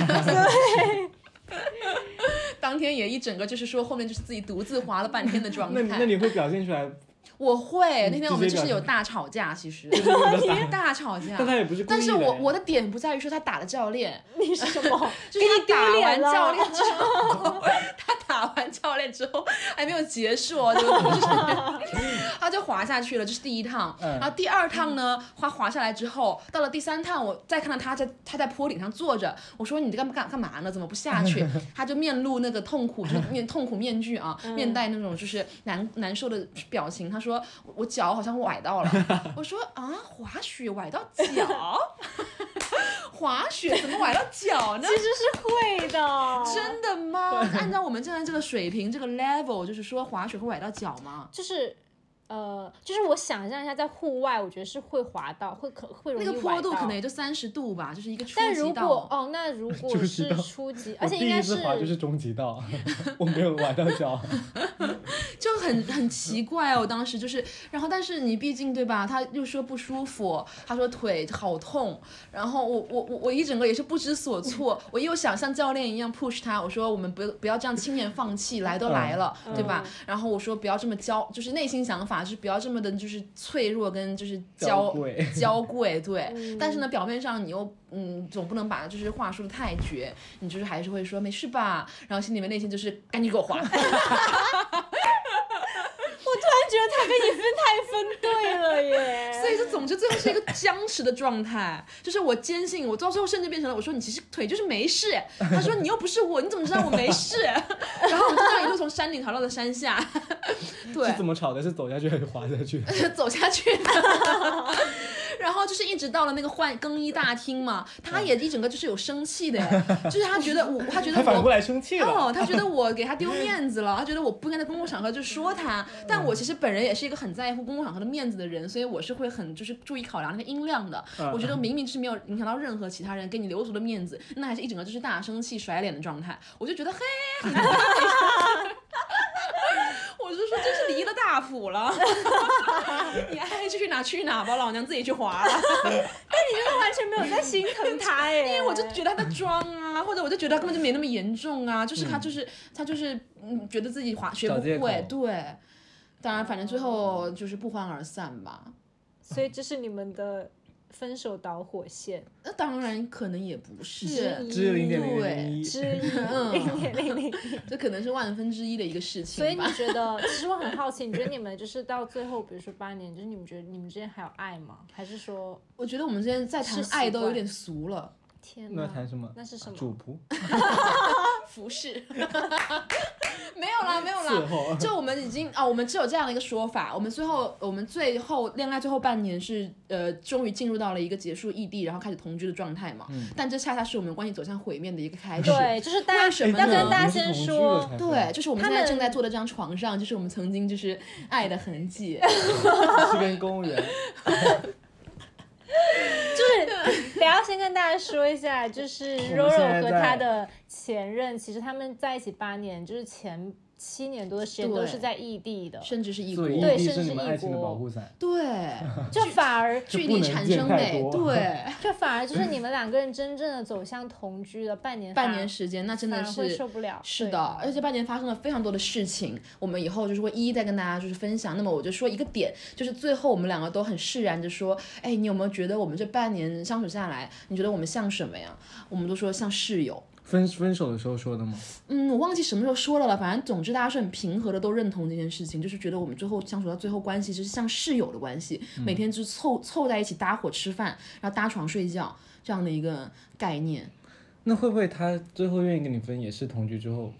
Speaker 1: 当天也一整个就是说后面就是自己独自滑了半天的状
Speaker 3: 那你那
Speaker 1: 态。
Speaker 3: 你会表现出来，
Speaker 1: 我会那
Speaker 3: 你
Speaker 1: 天我们
Speaker 3: 直接
Speaker 1: 就是
Speaker 3: 表
Speaker 1: 有大吵架，其 实 大吵架
Speaker 3: 但。他也不是故意的。
Speaker 1: 但是我我的点不在于说他打了教练，
Speaker 2: 你是什么？
Speaker 1: 就是
Speaker 2: 给你
Speaker 1: 他
Speaker 2: 丢
Speaker 1: 打
Speaker 2: 脸
Speaker 1: 完
Speaker 2: 了
Speaker 1: 教练之后，他打完教练之后还没有结束哦，这个故事，他就滑下去了，这、是第一趟。
Speaker 3: 嗯
Speaker 1: 然后第二趟呢，他滑下来之后，到了第三趟，我再看到他在他在坡顶上坐着，我说你干干干嘛呢？怎么不下去？ 他就面露那个痛苦，就是面痛苦面具啊，
Speaker 2: 嗯
Speaker 1: 面带那种就是难难受的表情。他说我我脚好像崴到了， 我说啊，滑雪崴到脚。 滑雪怎么崴到脚呢？
Speaker 2: 其实是会的，
Speaker 1: 真的吗？按照我们现在这个水平、这个 level，就是说滑雪会崴到脚吗？
Speaker 2: 就是。呃，就是我想象一下，在户外，我觉得是会滑到，会可会容
Speaker 1: 那
Speaker 2: 易
Speaker 1: 个坡度
Speaker 2: 崴到
Speaker 1: 可能也就三十度吧，就是一个初
Speaker 2: 但
Speaker 1: 级
Speaker 2: 如
Speaker 1: 道
Speaker 2: 果。哦，那如果
Speaker 3: 初级
Speaker 2: 是
Speaker 3: 道
Speaker 2: 初级，
Speaker 3: 嗯我
Speaker 2: 而且应
Speaker 3: 第一
Speaker 2: 该
Speaker 3: 次
Speaker 2: 是
Speaker 3: 滑就是中级道， 我没有玩到脚。
Speaker 1: 就很很奇怪哦，当时就是，然后但是你毕竟对吧？他又说不舒服，他说腿好痛，然后我我我我一整个也是不知所措， 我又想像教练一样 push 他，我说我们不不要这样轻言放弃，来都来了，
Speaker 2: 嗯
Speaker 1: 对吧？然后我说不要这么焦，就是内心想法就是不要这么的，就是脆弱跟就是
Speaker 3: 娇
Speaker 1: 娇
Speaker 3: 贵
Speaker 1: 娇贵，对。
Speaker 2: 嗯
Speaker 1: 但是呢，表面上你又嗯，总不能把就是话说的太绝，你就是还是会说没事吧，然后心里面内心就是赶紧给 我滑。
Speaker 2: 我突然觉得他跟你分太分对了耶，
Speaker 1: 所以就总之最后是一个僵持的状态，就是我坚信，我到最后甚至变成了我说你其实腿就是没事， 他说你又不是我，你怎么知道我没事？ 然后我们就这样一路从山顶逃到了山下，对
Speaker 3: 是，怎么吵的？是走下去还是滑下去？
Speaker 1: 走下去。 然后就是一直到了那个换更衣大厅嘛，他也一整个就是有生气的，就是他觉得我，他觉得
Speaker 3: 嗯他反
Speaker 1: 我
Speaker 3: 过来生气了。
Speaker 1: 哦，他觉得我给他丢面子了，他觉得我不应该在公共场合就说他。但我其实本人也是一个很在乎公共场合的面子的人，所以我是会很就是注意考量那个音量的。
Speaker 3: 嗯
Speaker 1: 我觉得明明是没有影响到任何其他人给你留足的面子，那还是一整个就是大生气甩脸的状态，我就觉得嘿，很我就说真是离了 大谱了，你爱去哪去哪吧，老娘自己去划了。
Speaker 2: 但你就是完 全没有在心疼他哎，因
Speaker 1: 因为我就觉得他在装啊，或者我就觉得他根本就没那么严重啊，就是他就是、他就是嗯，觉得自己滑学
Speaker 4: 找
Speaker 1: 不
Speaker 4: 借
Speaker 1: 会，
Speaker 4: 口
Speaker 1: 对。当然，反正最后就是不欢而散吧。
Speaker 2: 所以这是你们的分手导火线
Speaker 1: 那当然可能也不
Speaker 2: 之
Speaker 1: 是，嗯
Speaker 2: 一，
Speaker 4: 只有零点零零一，
Speaker 2: 之一，零点零零一。
Speaker 1: 这可能是万分之一的一个事情
Speaker 2: 所以你
Speaker 1: 吧。
Speaker 2: 觉得，其实我很好奇，你觉得你们就是到最后，比如说八年，就是你们觉得你们之间还有爱吗？还是说，
Speaker 1: 我觉得我们现在在谈
Speaker 2: 是习
Speaker 1: 爱都有
Speaker 2: 惯
Speaker 1: 点俗了，
Speaker 2: 天
Speaker 3: 那
Speaker 2: 哪，
Speaker 3: 谈什么？
Speaker 2: 那是什么
Speaker 3: 主仆
Speaker 1: 服饰 没有啦，没有啦
Speaker 3: 伺，候。
Speaker 1: 就我们已经啊、我们只有这样的一个说法。我们最后，我们最后恋爱最后半年是呃，终于进入到了一个结束异地，然后开始同居的状态嘛。
Speaker 3: 嗯
Speaker 1: 但这恰恰是我们关系走向毁灭的一个开始。
Speaker 2: 对，就是大
Speaker 1: 为
Speaker 2: 家
Speaker 1: 什么
Speaker 4: 哎
Speaker 3: 哎
Speaker 2: 要
Speaker 1: 呢
Speaker 2: 跟大家先说，
Speaker 3: 对
Speaker 1: 对，就是我们现在
Speaker 2: 他们
Speaker 1: 正在坐的这张床上，就是我们曾经就是爱的痕 迹。
Speaker 3: 是跟公务员，
Speaker 2: 就是得要先跟大家说一下，就是柔柔
Speaker 3: 我们现在
Speaker 2: 和
Speaker 3: 在
Speaker 2: 她的前任，其实他们在一起八年，就是前七年多的时间
Speaker 1: 对
Speaker 2: 都是在异地的，
Speaker 1: 甚至是异国
Speaker 3: 所，以异
Speaker 2: 对
Speaker 3: 地
Speaker 2: 甚
Speaker 3: 是
Speaker 2: 至
Speaker 3: 你们
Speaker 2: 异
Speaker 3: 爱情的
Speaker 2: 国
Speaker 3: 保护伞。
Speaker 1: 对，
Speaker 2: 就反而
Speaker 1: 距
Speaker 3: 不
Speaker 1: 离
Speaker 3: 能
Speaker 1: 产
Speaker 3: 见
Speaker 1: 生
Speaker 3: 太
Speaker 1: 美，
Speaker 3: 多
Speaker 1: 对，
Speaker 2: 就反而就是你们两个人真正的走向同居了半年，
Speaker 1: 嗯半年时间，那真
Speaker 2: 反
Speaker 1: 的
Speaker 2: 而会
Speaker 1: 是
Speaker 2: 受不了，
Speaker 1: 是
Speaker 2: 对啊
Speaker 1: 的，而且半年发生了非常多的事情，我们以后就是会一一再跟大家就是分享。那么我就说一个点，就是最后我们两个都很释然的说，哎，你有没有觉得我们这半年相处下来，你觉得我们像什么呀？我们都说像室友。
Speaker 4: 分分手的时候说的吗？
Speaker 1: 嗯，我忘记什么时候说了了，反正总之大家是很平和的，都认同这件事情，就是觉得我们最后相处到最后关系就是像室友的关系，
Speaker 2: 嗯
Speaker 1: 每天就凑凑在一起搭伙吃饭，然后搭床睡觉这样的一个概念。
Speaker 4: 那会不会他最后愿意跟你分，也是同居之后？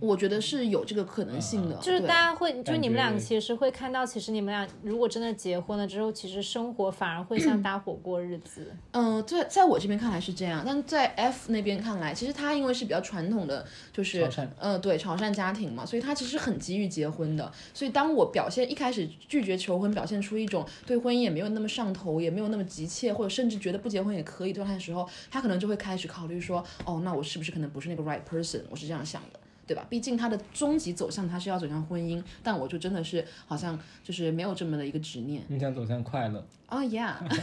Speaker 1: 我觉得是有这个可能性的，
Speaker 2: 啊就是
Speaker 1: 对
Speaker 2: 大家会，就是你们俩
Speaker 4: 感觉
Speaker 2: 其实会看到，其实你们俩如果真的结婚了之后，其实生活反而会像搭伙过日子。
Speaker 1: 嗯，在在我这边看来是这样，但在 F 那边看来，其实他因为是比较传统的，就是
Speaker 3: 潮汕
Speaker 1: 呃对潮汕家庭嘛，所以他其实很急于结婚的。所以当我表现一开始拒绝求婚，表现出一种对婚姻也没有那么上头，也没有那么急切，或者甚至觉得不结婚也可以状态的时候，他可能就会开始考虑说，哦，那我是不是可能不是那个 right person？我是这样想的。对吧？毕竟他的终极走向，他是要走向婚姻，但我就真的是好像就是没有这么的一个执念。
Speaker 4: 你想走向快乐？
Speaker 1: 哦、yeah，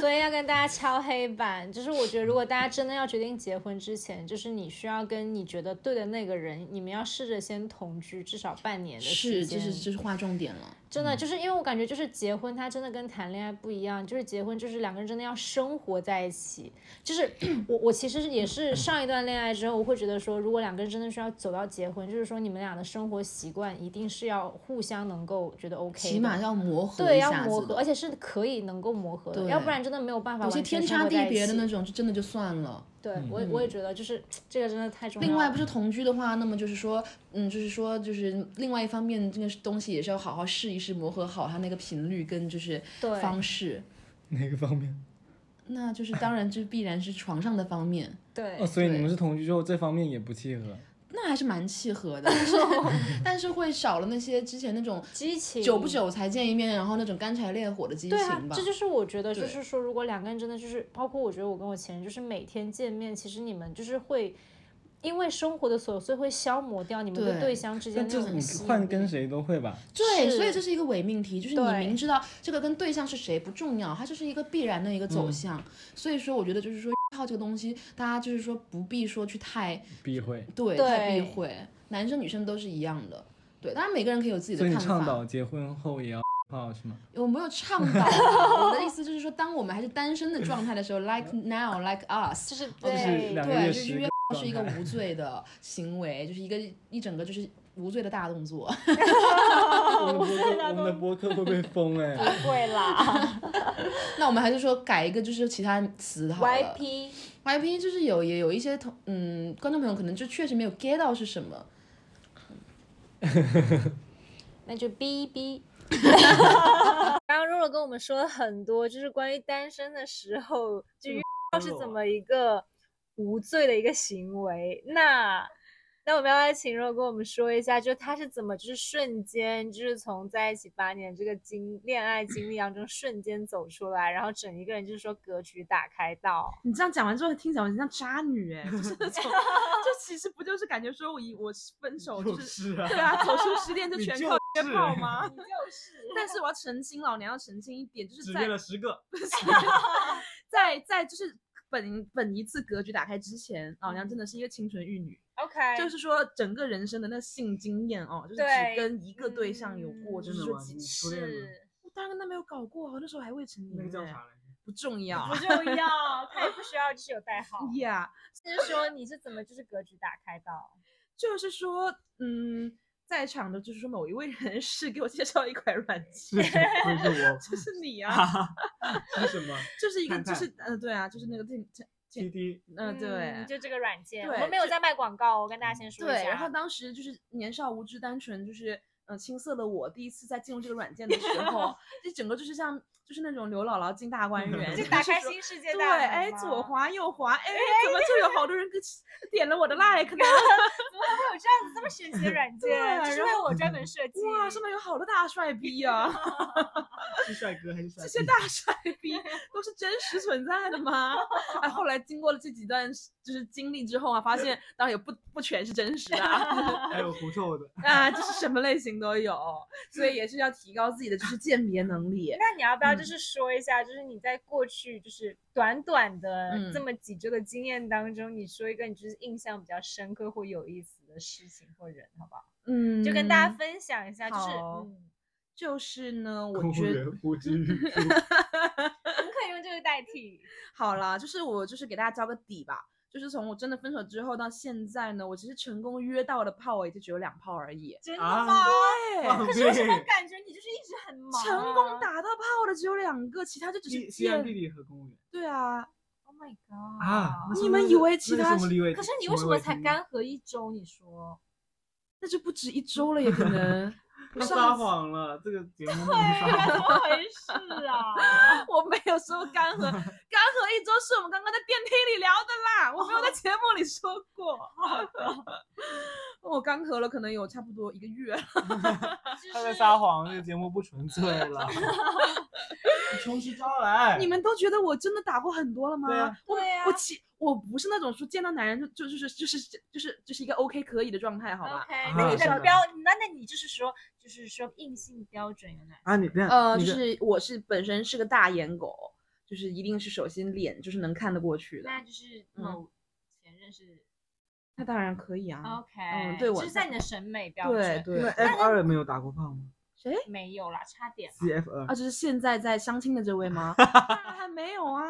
Speaker 2: 所以要跟大家敲黑板，就是我觉得如果大家真的要决定结婚之前，就是你需要跟你觉得对的那个人，你们要试着先同居至少半年的时
Speaker 1: 是，这
Speaker 2: 间。
Speaker 1: 是这是划重点了。
Speaker 2: 真的，就是因为我感觉就是结婚，它真的跟谈恋爱不一样，就是结婚就是两个人真的要生活在一起。就是 我我其实也是上一段恋爱之后，我会觉得说，如果两个人真的是要走到结婚，就是说你们俩的生活习惯一定是要互相能够觉得 OK，
Speaker 1: 起
Speaker 2: 的
Speaker 1: 码要磨合
Speaker 2: 对
Speaker 1: 一
Speaker 2: 要
Speaker 1: 下
Speaker 2: 磨
Speaker 1: 子
Speaker 2: 合，
Speaker 1: 的
Speaker 2: 而且是可以能够磨合的，
Speaker 1: 对
Speaker 2: 要不然真的没有办法
Speaker 1: 有
Speaker 2: 完
Speaker 1: 些
Speaker 2: 全
Speaker 1: 天
Speaker 2: 生
Speaker 1: 差
Speaker 2: 活
Speaker 1: 地
Speaker 2: 在一
Speaker 1: 别的
Speaker 2: 起
Speaker 1: 那种，就真的就算了。
Speaker 2: 对我我也觉得就是这个真的太重要了。
Speaker 1: 另外，不是同居的话，那么就是说，嗯，就是说，就是另外一方面，这个东西也是要好好试一试，磨合好它那个频率跟就是
Speaker 2: 对
Speaker 1: 方式。
Speaker 4: 哪个方面？
Speaker 1: 那就是当然，就必然是床上的方面，
Speaker 2: 对
Speaker 4: 哦，所以你们是同居之后这方面也不契合，
Speaker 1: 那还是蛮契合 的，但 是但是会少了那些之前那种
Speaker 2: 激情
Speaker 1: 久不久才见一面，然后那种干柴烈火的激
Speaker 2: 对啊
Speaker 1: 情，吧
Speaker 2: 这。就是我觉得，就
Speaker 1: 对
Speaker 2: 是说，如果两个人真的就是，包括我觉得我跟我前任，就是每天见面，其实你们就是会因为生活的琐碎会消磨掉你们跟
Speaker 1: 对
Speaker 2: 对象之间
Speaker 4: 但
Speaker 2: 那
Speaker 4: 这
Speaker 2: 种
Speaker 4: 你
Speaker 2: 吸引
Speaker 4: 换
Speaker 2: 力
Speaker 4: 跟谁都会吧？
Speaker 1: 对，
Speaker 2: 是
Speaker 1: 所以这是一个伪命题，就是
Speaker 2: 对
Speaker 1: 你明知道这个跟对象是谁不重要，它就是一个必然的一个
Speaker 4: 嗯
Speaker 1: 走向。所以说，我觉得就是说，号这个东西，大家就是说不必说去太
Speaker 4: 避讳。
Speaker 1: 对
Speaker 2: 对
Speaker 1: 太避讳，男生女生都是一样的。对，当然每个人可以有自己
Speaker 4: 所以
Speaker 1: 的
Speaker 4: 你
Speaker 1: 看
Speaker 4: 倡
Speaker 1: 法
Speaker 4: 导。结婚后也要 泡是吗？
Speaker 1: 我没有倡导啊，我的意思就是说，当我们还是单身的状态的时候，like now like us，
Speaker 2: 就是
Speaker 4: 哦就是
Speaker 2: 哎对
Speaker 4: 两个
Speaker 1: 对，
Speaker 4: 月
Speaker 1: 就是
Speaker 4: 十
Speaker 1: 约
Speaker 4: 个
Speaker 1: 炮是一个
Speaker 4: 状态
Speaker 1: 无罪的行为，就是一个一整个就是无罪的大动作。
Speaker 4: 我们的 播客，我们的播客会被封哎、
Speaker 2: 不会 啦
Speaker 1: 那我们还是说改一个就是其他词好了。
Speaker 2: ，YP
Speaker 1: YP 就是有也有一些同嗯观众朋友可能就确实没有 get 到是什么，
Speaker 2: 那就 BB。刚刚若若跟我们说了很多，就是关于单身的时候，就约炮是怎么一个无罪的一个行为。那那我们要不要请若若跟我们说一下，就他是怎么就是瞬间就是从在一起八年这个经恋爱经历当中瞬间走出来，然后整一个人就是说格局打开到
Speaker 5: 你这样讲完之后，听起来我很像渣女哎、就是那 种，就其实不就是感觉说我以我 分手就。
Speaker 3: 就是是啊
Speaker 5: 对，啊，走出失恋就
Speaker 3: 你
Speaker 5: 全
Speaker 3: 就
Speaker 5: 靠约
Speaker 3: 是
Speaker 5: 炮吗？ 但是我要澄清，老娘要澄清一点，就是
Speaker 3: 只
Speaker 5: 在
Speaker 3: 约了十个，
Speaker 5: 不是，
Speaker 1: 在在就是本本一次格局打开之前，老娘真的是一个清纯玉女，
Speaker 2: OK，
Speaker 1: 就是说整个人生的那性经验哦，就是
Speaker 2: 对
Speaker 1: 只跟一个哎对象有过，就是
Speaker 2: 嗯
Speaker 3: 真
Speaker 1: 说
Speaker 3: 的吗
Speaker 1: 几
Speaker 3: 你
Speaker 1: 次。
Speaker 3: 初恋吗
Speaker 2: 是
Speaker 1: 我当然跟他没有搞过，啊我那时候还未成年。
Speaker 3: 那个叫 啥？来着？
Speaker 1: 不重要啊
Speaker 2: 不。重要，他也不需要就是有代号。
Speaker 1: 呀，
Speaker 2: 就是说你是怎么就是格局打开到？
Speaker 1: 就是说，嗯，在场的就是说某一位人士给我介绍一款软
Speaker 3: 是
Speaker 1: 件，
Speaker 3: 不是我？
Speaker 1: 就是你
Speaker 3: 哈
Speaker 1: 啊，
Speaker 3: 哈，是什么
Speaker 1: 就是一个
Speaker 3: 探
Speaker 1: 就
Speaker 3: 探
Speaker 1: 是呃，对啊， 就是那个 这这，
Speaker 3: 滴滴
Speaker 1: 呃，对。
Speaker 2: 嗯就这个软件，我
Speaker 1: 对
Speaker 2: 们没有在卖广告，我跟大家先说一下。
Speaker 1: 对，然后当时就是年少无知、单纯，就是嗯、呃青涩的我，第一次在进入这个软件的时 候，这整个就是像就是那种刘姥姥进 大观园，
Speaker 2: 就
Speaker 1: 就
Speaker 2: 打
Speaker 1: 是
Speaker 2: 开
Speaker 1: 说
Speaker 2: 新世界
Speaker 1: 对，
Speaker 2: 大门
Speaker 1: 哎，
Speaker 2: 嘛
Speaker 1: 左，滑右滑，哎，怎么就有好多人跟 点了我的
Speaker 2: 怎
Speaker 1: like 呢？
Speaker 2: 么会有这样子 这么神奇的软件？
Speaker 1: 对
Speaker 2: 这是
Speaker 1: 然
Speaker 2: 为我专门设计。
Speaker 1: 哇，上面有好多大帅逼啊！
Speaker 3: 是帅哥还是帅
Speaker 1: 这
Speaker 3: 哥？
Speaker 1: 些大帅逼都是真实存在的吗？哎，后来经过了这几段就是经历之后啊，发现当然也不不全是真实的 啊，
Speaker 3: 还有狐臭的，
Speaker 1: 啊，就是什么类型都有，所以也是要提高自己的就是鉴别能力。
Speaker 2: 那你要不要就
Speaker 1: 嗯
Speaker 2: 是说一下，就是你在过去就是短短的
Speaker 1: 嗯
Speaker 2: 这么几周的经验当中，你说一个你就是印象比较深刻或有意思的事情或人，好不好？
Speaker 1: 嗯，
Speaker 2: 就跟大家分享一下，就是
Speaker 1: 好
Speaker 2: 嗯，
Speaker 1: 就是呢，我
Speaker 3: 公务
Speaker 1: 觉得
Speaker 3: 员呼 之欲出。
Speaker 2: 我们可以用这个代替。
Speaker 1: 好啦，就是我就是给大家交个底吧。就是从我真的分手之后到现在呢，我其实成功约到的炮也就只有两炮而已。
Speaker 2: 真的
Speaker 3: 啊
Speaker 2: 吗？
Speaker 1: 对
Speaker 3: 放
Speaker 2: 可是为什么
Speaker 3: 屁
Speaker 2: 感觉你就是一直很忙、啊？
Speaker 1: 成功打到炮的只有两个，其他就只是
Speaker 3: 西西安
Speaker 1: 见
Speaker 3: 弟弟和公务员
Speaker 1: 对啊，
Speaker 2: ！Oh my god！
Speaker 3: 啊！那是
Speaker 1: 你们
Speaker 3: 那
Speaker 1: 以
Speaker 3: 是
Speaker 1: 为
Speaker 3: 那
Speaker 1: 其
Speaker 3: 是
Speaker 1: 他
Speaker 3: 什么
Speaker 1: 是
Speaker 3: 立委？
Speaker 2: 可是你为什么才干涸一周？你说
Speaker 1: 那就不止一周了，也可能。
Speaker 3: 他
Speaker 1: 上
Speaker 3: 撒
Speaker 1: 次
Speaker 3: 谎了，这个节目不
Speaker 2: 对呀，
Speaker 3: 撒
Speaker 2: 怎
Speaker 3: 谎。
Speaker 2: 么回事啊？
Speaker 1: 我没有说干 涸，干涸一周是我们刚刚在电梯里聊的 啦，我没有在节目里说过。 我干涸了，可能有差不多一 个月。
Speaker 2: 就是
Speaker 6: 他在撒谎，这个节目不纯粹 了。
Speaker 3: 你充其招来，
Speaker 1: 你们都觉得我真的打过很多了吗？
Speaker 3: 对啊
Speaker 1: 我
Speaker 2: 对啊
Speaker 1: 我其我不是那种说见到男人就就就是就是就是就是一个 OK 可以的状 态，好吧
Speaker 2: OK，
Speaker 3: 啊
Speaker 2: 那你
Speaker 3: 是
Speaker 2: 的
Speaker 3: 的
Speaker 2: 标，那那你就是说，就是说硬性标准有哪？
Speaker 3: 啊，你这样，
Speaker 1: 呃，
Speaker 3: 你
Speaker 1: 就
Speaker 3: 这
Speaker 1: 是我是本身是个大眼狗，就是一定是首先脸就是能看得过去的，
Speaker 2: 那就是
Speaker 1: 嗯
Speaker 2: 某前任是
Speaker 1: 那当然可以啊。
Speaker 2: OK，
Speaker 1: 嗯对我
Speaker 2: 就是在你的审美标
Speaker 1: 对
Speaker 2: 准
Speaker 1: 对，
Speaker 3: F 二没有打过炮吗
Speaker 1: 谁？
Speaker 2: 没有啦，差点啦。
Speaker 3: ？CF 二
Speaker 1: 啊，就是现在在相亲的这位 吗？当然还没有啊，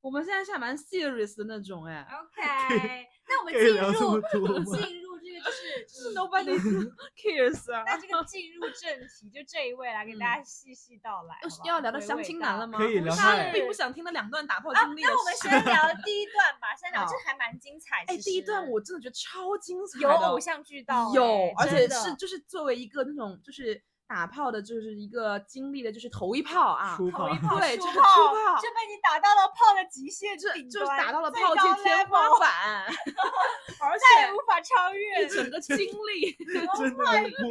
Speaker 1: 我们现在是还蛮 serious 的那种 哎、
Speaker 2: OK，那我们
Speaker 3: 可以聊这么
Speaker 2: 进
Speaker 3: 多
Speaker 2: 入
Speaker 3: 吗
Speaker 2: 进入这个就是
Speaker 1: 是 nobody cares 啊。
Speaker 2: 那这个进入正题，就这一位来给大家细细道来，好
Speaker 1: 嗯又
Speaker 2: 不
Speaker 1: 是
Speaker 2: 好
Speaker 1: 要聊到相亲男了？吗？
Speaker 3: 可以
Speaker 1: 不
Speaker 3: 聊
Speaker 1: 是
Speaker 3: 下
Speaker 1: 啊
Speaker 3: 来
Speaker 1: 并不想听的两段打炮
Speaker 2: 娓娓道来啊
Speaker 1: 经历了。
Speaker 2: 那我们先聊第一段吧，先聊，
Speaker 1: 好
Speaker 2: 这还蛮精彩。
Speaker 1: 哎，
Speaker 2: 其
Speaker 1: 第一
Speaker 2: 实
Speaker 1: 段我真的觉得超精彩
Speaker 2: 有
Speaker 1: 的
Speaker 2: 偶像剧到哎，
Speaker 1: 有，而且
Speaker 2: 真的
Speaker 1: 是就是作为一个那种就是打炮的，就是一个经历的，就是头一炮啊，
Speaker 3: 出
Speaker 2: 头
Speaker 3: 炮
Speaker 2: 一，炮
Speaker 1: 对
Speaker 2: 出
Speaker 1: 就是
Speaker 2: 炮
Speaker 1: 出炮
Speaker 2: 就被你打到了炮的极限
Speaker 1: 这
Speaker 2: 顶端，
Speaker 1: 就是打到了
Speaker 2: 最
Speaker 1: 炮界
Speaker 2: 高
Speaker 1: 天
Speaker 2: level
Speaker 1: 花板，而
Speaker 2: 再也
Speaker 1: 且
Speaker 2: 无法超越。
Speaker 1: 一 整个经 历。
Speaker 3: 真
Speaker 1: ，Oh
Speaker 3: 的不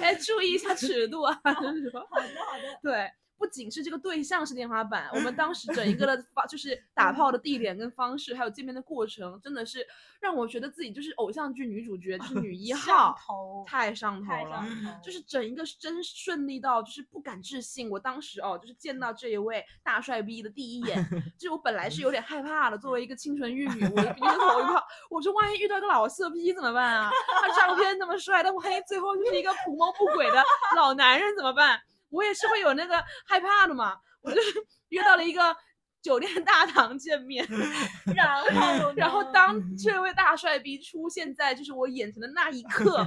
Speaker 1: 哎，注意一下尺度啊！就是说
Speaker 2: 好的好的，
Speaker 1: 对，不仅是这个对象是天花板，我们当时整一个 的方就是打炮的地点跟方式，还有见面的过程，真的是让我觉得自己就是偶像剧女主角，就是女一号
Speaker 2: 上，头
Speaker 1: 太上头
Speaker 2: 太上
Speaker 1: 了。
Speaker 2: 头，
Speaker 5: 嗯
Speaker 1: 就是整一个是真顺利到就是不敢置信，我当时哦，就是见到这一位大帅逼的第一眼，就是我本来是有点害怕的，作为一个清纯玉女，我一个头一炮，我说万一遇到一个老色批怎么办啊？他照片那么帅，但万一最后就是一个图谋不轨的老男人怎么办？我也是会有那个害怕的嘛。我就是 约到了一个酒店大堂见面，
Speaker 2: 然后呢
Speaker 1: 然后
Speaker 2: 嗯
Speaker 1: 当这位大帅逼出现在就是我眼前的那一 刻，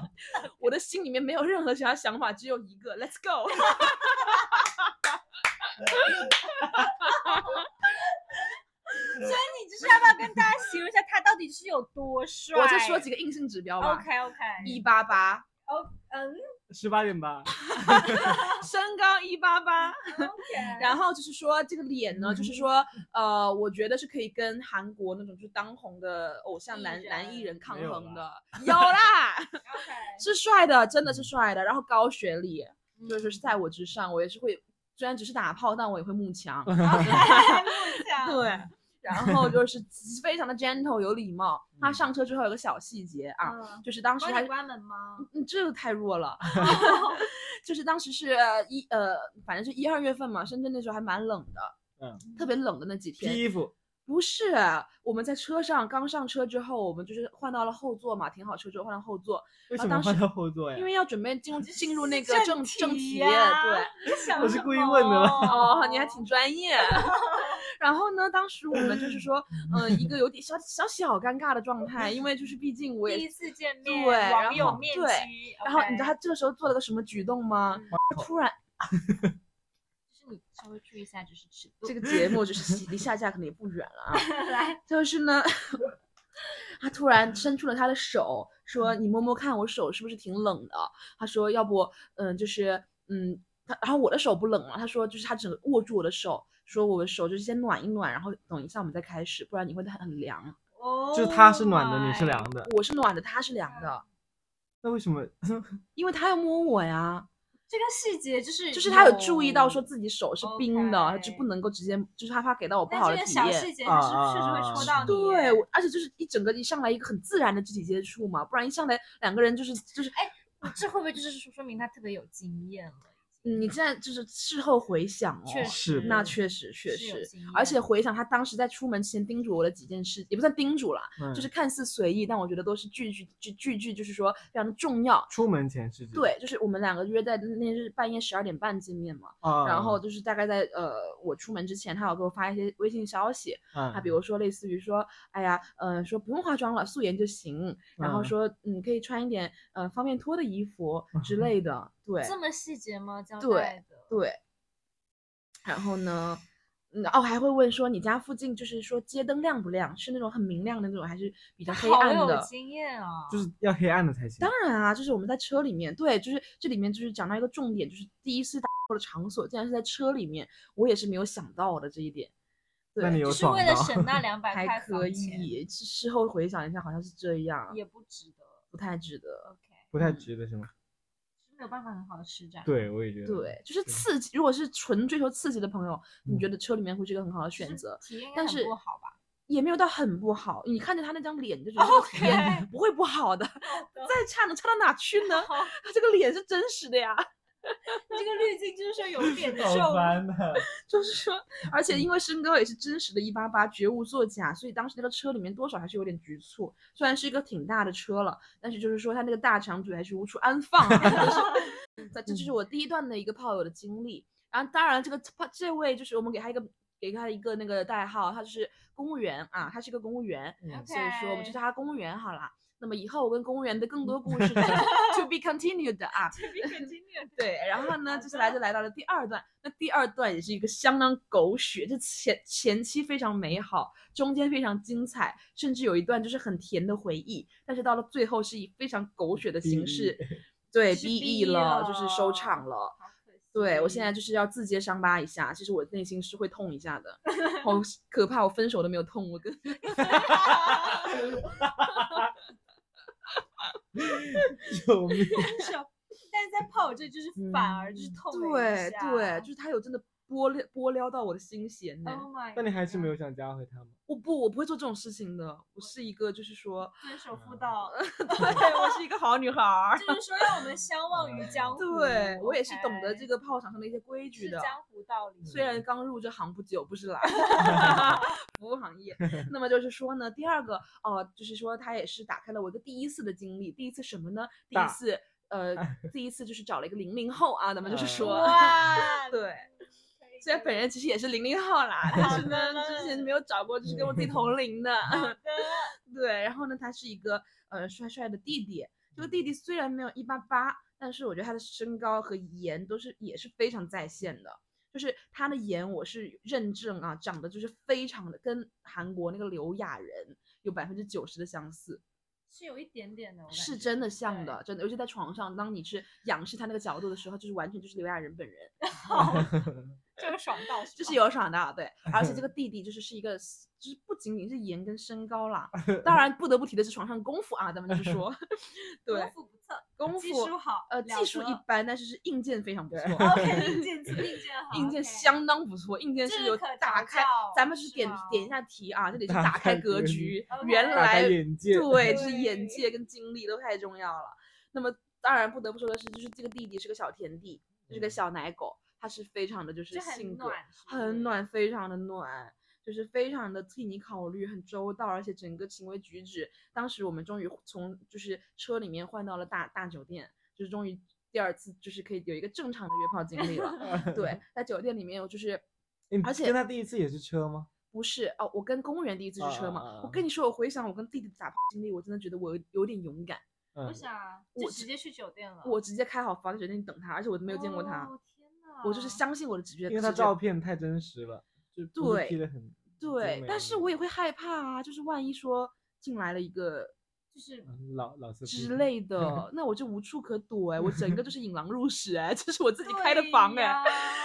Speaker 1: 我的心里面没有任何其他想法，只有一个 Let's go。
Speaker 2: 所以你就是要不要跟大家形容一下他到底是有多帅？
Speaker 1: 我就说几个硬性指标吧
Speaker 2: OK OK，
Speaker 1: 一八八，
Speaker 2: 嗯
Speaker 3: 十八点八，
Speaker 1: 身高一八八，
Speaker 2: 嗯 OK，
Speaker 1: 然后就是说这个脸
Speaker 2: 嗯
Speaker 1: 呢，就是说呃，我觉得是可以跟韩国那种就是当红的偶像
Speaker 2: 艺
Speaker 1: 男男艺
Speaker 2: 人
Speaker 1: 人抗
Speaker 3: 没有啦
Speaker 1: 衡的，有啦，
Speaker 2: OK，
Speaker 1: 是帅的，真的
Speaker 2: 嗯
Speaker 1: 是帅的。然后高学历，就是是在我 之上，我也是会，虽然只是打炮，但我也会慕强。
Speaker 2: OK，梦想
Speaker 1: 对，然后就是极非常的 gentle 有礼 貌。他上车之后有个小细节啊，
Speaker 5: 嗯
Speaker 1: 就是当时
Speaker 5: 帮
Speaker 1: 他
Speaker 5: 你关门吗？
Speaker 1: 嗯，这个太弱 了。就是当时是一呃，反正是一二月份嘛，深圳那时候还蛮冷的，
Speaker 3: 嗯，
Speaker 1: 特别冷的那几
Speaker 3: 披
Speaker 1: 天。
Speaker 3: 衣服，
Speaker 1: 不是，我们在车上刚上车之后，我们就是换到了后座嘛，停好车之后换到后座，
Speaker 3: 为
Speaker 1: 然
Speaker 3: 什
Speaker 1: 后
Speaker 3: 么
Speaker 1: 当
Speaker 3: 换
Speaker 1: 时
Speaker 3: 到后座呀？
Speaker 1: 因为要准备进入进入那个正正题，
Speaker 5: 呀
Speaker 1: 对。，
Speaker 5: 你想
Speaker 3: 我是
Speaker 5: 什
Speaker 3: 故意
Speaker 5: 么
Speaker 3: 问的啦
Speaker 1: 哦，你还挺专业。然后呢，当时我们就是说，嗯、一个有点小小小尴尬的状态，因为就是毕竟我
Speaker 5: 第一
Speaker 1: 也，
Speaker 5: 次见
Speaker 1: 对
Speaker 5: 面，
Speaker 1: 然
Speaker 5: 网友
Speaker 1: 后
Speaker 5: 面
Speaker 1: 对
Speaker 5: 基，
Speaker 1: 然后你知道
Speaker 5: OK
Speaker 1: 他这个时候做了个什么举动吗？
Speaker 5: 嗯
Speaker 1: 他突然
Speaker 5: 就是你稍微注意一下，就是尺度
Speaker 1: 这。个节目就是洗离下架可能也不远了啊，
Speaker 5: 来，
Speaker 1: 就是呢，他突然伸出了他的手，说：“
Speaker 5: 嗯
Speaker 1: 你摸摸看，我手是不是挺冷的？”他说：“要不，嗯，就是，嗯，他，然后我的手不冷了。”他说：“就是他整个握住我的手，说我的手就是先暖一暖，然后等一下我们再开始，不然你会很很凉。
Speaker 3: 就他是暖的，你
Speaker 5: ，Oh
Speaker 1: ，Oh
Speaker 3: 是凉的，
Speaker 1: 我是暖的，他是凉的，
Speaker 3: 那为什么？
Speaker 1: 因为他要摸我呀。
Speaker 5: 这个细节就是
Speaker 1: 就是他有注意到说自己手是冰的，他
Speaker 5: 哦 OK
Speaker 1: 就不能够直接，就是他怕给到我不
Speaker 5: 但
Speaker 1: 好的
Speaker 5: 这个
Speaker 1: 体
Speaker 5: 小
Speaker 1: 验嗯
Speaker 5: 细。节，他是
Speaker 3: 啊
Speaker 5: 确实
Speaker 3: 啊
Speaker 5: 会
Speaker 3: 啊
Speaker 5: 戳到你。
Speaker 1: 对，我而且就是一整个一上来一个很自然的肢体接触嘛，不然一上来两个人就是就是
Speaker 5: 哎这会不会就是说说明他特别有经验了？
Speaker 1: 嗯你现在就是事后回想哦，
Speaker 5: 确
Speaker 3: 是
Speaker 5: 实，
Speaker 1: 那确实确
Speaker 5: 是有
Speaker 1: 实
Speaker 5: 经，
Speaker 1: 而
Speaker 5: 验
Speaker 1: 且回想他当时在出门之前叮嘱我的几件事，也不算叮嘱啦，
Speaker 3: 嗯
Speaker 1: 就是看似随意，但我觉得都是句句句句句，就是说非常的重要。
Speaker 3: 出门前是指
Speaker 5: 嗯
Speaker 3: 的
Speaker 1: 对，就是我们两个约在那日半夜十二点半见面嘛，
Speaker 3: 啊，
Speaker 1: 然
Speaker 5: 嗯
Speaker 1: 后就是大概在呃我出门之前，他有给我发一些微信消息，他
Speaker 3: 他
Speaker 5: 嗯
Speaker 1: 比如说类似于说，哎呀，嗯、说不用化妆了，素颜就行，然后
Speaker 3: 嗯
Speaker 1: 说嗯可以穿一点呃方便脱的衣服之类的，对
Speaker 5: 嗯这么细节吗？交
Speaker 1: 对
Speaker 5: 代的。
Speaker 1: 对。然后呢，嗯哦还会问说你家附近就是说街灯亮不亮，是那种很明亮的那种，还是比较黑
Speaker 5: 好
Speaker 1: 暗
Speaker 5: 有
Speaker 1: 的？
Speaker 5: 经验啊！
Speaker 3: 就是要黑暗的才行
Speaker 1: 当。然啊，就是我们在车里面，对，就是这里面就是讲到一个重点，就是第一次打破的场所竟然是在车里面，我也是没有想到的这一点。
Speaker 3: 那你
Speaker 1: 对，
Speaker 3: 有
Speaker 5: 就是
Speaker 3: 爽
Speaker 5: 为了
Speaker 3: 到？
Speaker 5: 省那两百
Speaker 1: 还
Speaker 5: 块
Speaker 1: 可
Speaker 5: 房钱，
Speaker 1: 以，是事后回想一下，好像是这样，
Speaker 5: 也不值得。
Speaker 1: 不太值得。
Speaker 5: OK，
Speaker 3: 不太值得是吗？
Speaker 5: 是没有办法很好的施展。，
Speaker 3: 对，我也觉得。
Speaker 1: 对，就是
Speaker 3: 对
Speaker 1: 刺激。如果是纯追求刺激的朋友，你
Speaker 3: 嗯
Speaker 1: 觉得车里面会是一个很好的选择，
Speaker 5: 体验应该
Speaker 1: 但
Speaker 5: 很
Speaker 1: 是
Speaker 5: 不好吧？
Speaker 1: 也没有到很不好。你看着他那张脸，就觉得这个体验
Speaker 5: OK
Speaker 1: 不会不哦好的。再差能差到哪去呢？
Speaker 5: 好
Speaker 1: 他 这个脸是真实的呀，
Speaker 5: 这个滤镜就是说有 点
Speaker 3: 好
Speaker 5: 重，
Speaker 3: 烦呐、
Speaker 1: 就是说，而且因为身高也是真实的一八八，绝无作假，所以当时那个车里面多少还是有点局促。虽然是一个挺大的车了，但是就是说他那个大长腿还是无处安放啊。就是 这这就是我第一段的一个炮友的经历。然后当然这个炮这位就是我们给他一个给他一个那个代号，他就是公务员啊，他是个公务员，
Speaker 3: 嗯
Speaker 1: 所以说我们
Speaker 5: OK
Speaker 1: 就叫他公务员好了。那么以后我跟公务员的更多故事就是 to be continued 啊，
Speaker 5: To be continued
Speaker 1: 对，然后呢，
Speaker 5: 好
Speaker 1: 就是
Speaker 5: 的
Speaker 1: 来就来到了第二段。那第二段也是一个相当狗血，就前前期非常美好，中间非常精彩，甚至有一段就是很甜的回忆，但是到了最后是以非常狗血的形式，对
Speaker 5: 是
Speaker 1: BE
Speaker 5: BE
Speaker 1: 了，就是收
Speaker 5: 了
Speaker 1: 场了。
Speaker 5: 好可惜
Speaker 1: 对我现 在就是要自揭伤疤一下，其实我内心是会痛一下的，好可怕！我分手都没有痛，我跟
Speaker 3: 救命！
Speaker 5: 但是在炮友这就是 反而就是
Speaker 3: 嗯
Speaker 5: 痛了一
Speaker 1: 对
Speaker 5: 下
Speaker 1: 对，就是他有真的拨撩拨撩到我的心弦呢。
Speaker 5: Oh my，
Speaker 3: 那你还是没有
Speaker 5: God，
Speaker 3: 想加回他吗？
Speaker 1: 我不，我不会做这种事情的，我是一个就是 说。
Speaker 5: 遵守妇道，
Speaker 3: 嗯
Speaker 1: 对，我是一个好女孩儿。
Speaker 5: 就是说让我们相忘
Speaker 3: 嗯
Speaker 5: 于江湖。
Speaker 1: 对我也是懂得
Speaker 5: OK
Speaker 1: 这个炮场上的一些规矩
Speaker 5: 是
Speaker 1: 的。
Speaker 5: 江湖道理。
Speaker 1: 虽然刚入这行不久，不是 啦，服务行业。那么就是说呢，第二个哦、就是说他也是打开了我一个第一次的经历。第一次什么呢？第一
Speaker 3: 大
Speaker 1: 次， 呃，第一次就是找了一个零零后啊，咱们就是
Speaker 3: 呃
Speaker 1: 说，
Speaker 5: 哦 哇，
Speaker 1: 对。
Speaker 5: 可以，
Speaker 1: 虽然本人其实也是零零后啦，但是呢，
Speaker 5: 好的嗯
Speaker 1: 之前没有找过就是跟我自己同龄的。
Speaker 5: 好的
Speaker 1: 对，然后呢，他是一个呃帅帅的弟弟。这个弟弟虽然没有一八八，但是我觉得他的身高和颜都是也是非常在线的。就是他的颜，我是认证啊，长得就是非常的跟韩国那个刘亚仁有百分之九十的相似，
Speaker 5: 是有一点点的，我感
Speaker 1: 是
Speaker 5: 觉
Speaker 1: 真的像
Speaker 5: 对
Speaker 1: 的，真的。尤其在床上，当你是仰视他那个角度的时候，就是完全就是刘亚仁本人。
Speaker 5: 就是爽到，
Speaker 1: 就是有爽到，对，而且这个弟弟就是是一个，就是不仅仅是颜 跟身高啦，当然不得不提的是床上功夫啊，咱们就是说，对
Speaker 5: 无，不测，
Speaker 1: 功
Speaker 5: 技
Speaker 1: 夫
Speaker 5: 术好，
Speaker 1: 呃
Speaker 5: 了
Speaker 1: 技术
Speaker 5: 得
Speaker 1: 一般，但是是硬件非常 不
Speaker 7: 对
Speaker 1: 错。
Speaker 5: OK，硬件硬件好，
Speaker 1: 硬件
Speaker 5: OK
Speaker 1: 相当不错，硬件
Speaker 5: 这
Speaker 1: 是
Speaker 5: 个
Speaker 1: 有
Speaker 5: 可
Speaker 1: 打
Speaker 5: 调
Speaker 1: 开
Speaker 5: 教，
Speaker 1: 咱们是
Speaker 5: 是
Speaker 1: 点
Speaker 5: 吗
Speaker 1: 点一下题啊，这里是
Speaker 3: 打
Speaker 1: 打开
Speaker 3: 开
Speaker 1: 格
Speaker 3: 格
Speaker 1: 局
Speaker 3: 局，
Speaker 1: 原
Speaker 5: ，OK
Speaker 3: 打
Speaker 1: 来
Speaker 3: 开眼界，
Speaker 1: 对，就是眼
Speaker 5: 对
Speaker 1: 界跟经历都太重要了。那么当然不得不说的是，就是这个弟弟是个小田地，就是个
Speaker 3: 嗯
Speaker 1: 小奶狗，他是非常的就是
Speaker 5: 就很
Speaker 1: 性格
Speaker 5: 暖，是不是
Speaker 1: 很，暖，非常的暖，就是非常的替你考虑，很周到，而且整个行为举止，当时我们终于从就是车里面换到了大大酒店，就是终于第二次就是可以有一个正常的约炮经历了。 对，在酒店里面我就是
Speaker 3: 诶，
Speaker 1: 而且
Speaker 3: 跟他第一次也是车吗？
Speaker 1: 不是哦，我跟公务员第一次去车嘛，
Speaker 3: 啊啊啊啊
Speaker 1: 我跟你说，我回想我跟弟弟打炮经历，我真的觉得我有有点勇敢，
Speaker 3: 嗯
Speaker 5: 为，啥
Speaker 1: 我
Speaker 5: 啊就直接去酒店
Speaker 3: 啊
Speaker 5: 了？
Speaker 1: 我直接开好房在酒店等他，而且我都没有见过他，
Speaker 5: 哦天哪
Speaker 1: 我就是相信我的直觉，
Speaker 3: 因为他
Speaker 1: 直觉
Speaker 3: 照片太真实了，就不是
Speaker 1: 对
Speaker 3: P 的很啊
Speaker 1: 对，但是我
Speaker 3: 也
Speaker 1: 也会害怕啊，就是万一说进来了一个
Speaker 5: 就是
Speaker 3: 嗯老老色批
Speaker 1: 之类的，那我就无处可躲哎、我整个就是引狼入室哎、这是我自己开的
Speaker 5: 对
Speaker 1: 房哎、
Speaker 5: 呀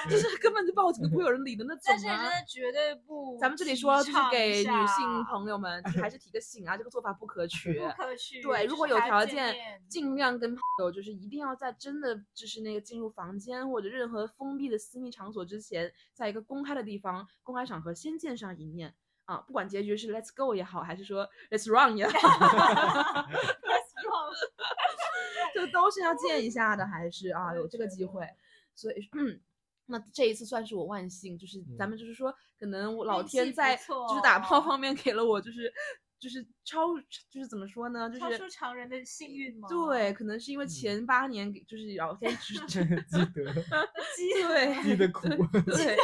Speaker 1: 就是 根本就把我整个不会有人理的那种
Speaker 5: 但是真
Speaker 1: 啊。
Speaker 5: 的绝对不提倡一下，
Speaker 1: 咱们这里说就是给女性朋友们，就是还是提个醒啊，这个做法不可取。
Speaker 5: 不可取，
Speaker 1: 对，
Speaker 5: 就
Speaker 1: 如果
Speaker 5: 是
Speaker 1: 有
Speaker 5: 还要
Speaker 1: 条
Speaker 5: 见
Speaker 1: 件
Speaker 5: 面，
Speaker 1: 尽量跟朋友，就是一定要在真的就是那个进入房间或者任何封闭的私密场所之前，在一个公开的地方、公开场合先见上一面啊，不管结局是 Let's go 也好，还是说 Let's run 也好，就都是要见一下的，还是啊有这个机会，所以。那这一次算是我万幸，就是咱
Speaker 3: 嗯
Speaker 1: 们就是说，可能我老
Speaker 5: 运气
Speaker 1: 天
Speaker 5: 不
Speaker 1: 在就是打炮
Speaker 5: 错
Speaker 1: 方面给了我就是就是超就是怎么说呢，就
Speaker 5: 超
Speaker 1: 是
Speaker 5: 出常人的幸运吗？
Speaker 1: 对，，可能是因为
Speaker 3: 嗯
Speaker 1: 前八年给就是聊天指指
Speaker 3: 记得
Speaker 1: 对
Speaker 3: 记得苦，
Speaker 1: 对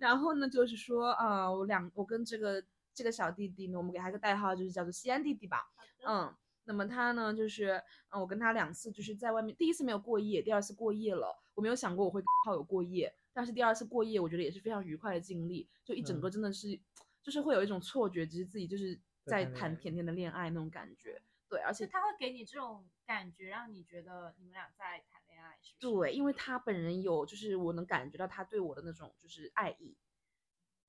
Speaker 1: 然后呢，就是说啊、呃我两我跟这个这个小弟弟呢，我们给他一个代号，就是叫做西安弟弟吧。嗯，那么他呢，就是嗯、我跟他两次就是在外面，第一次没有过夜，第二次过夜了。我没有想过我会跟炮友过夜，但是第二次过夜，我觉得也是非常愉快的经历，就一整
Speaker 3: 嗯
Speaker 1: 个真的是，就是会有一种错觉，只是自己就是
Speaker 3: 在
Speaker 1: 在
Speaker 3: 谈恋
Speaker 1: 谈
Speaker 3: 爱
Speaker 1: 甜甜的恋爱那种感觉。对，而且
Speaker 5: 就他会给你这种感觉，让你觉得你们俩在谈恋爱，是不是？
Speaker 1: 对，因为他本人有，就是我能感觉到他对我的那种就是爱意，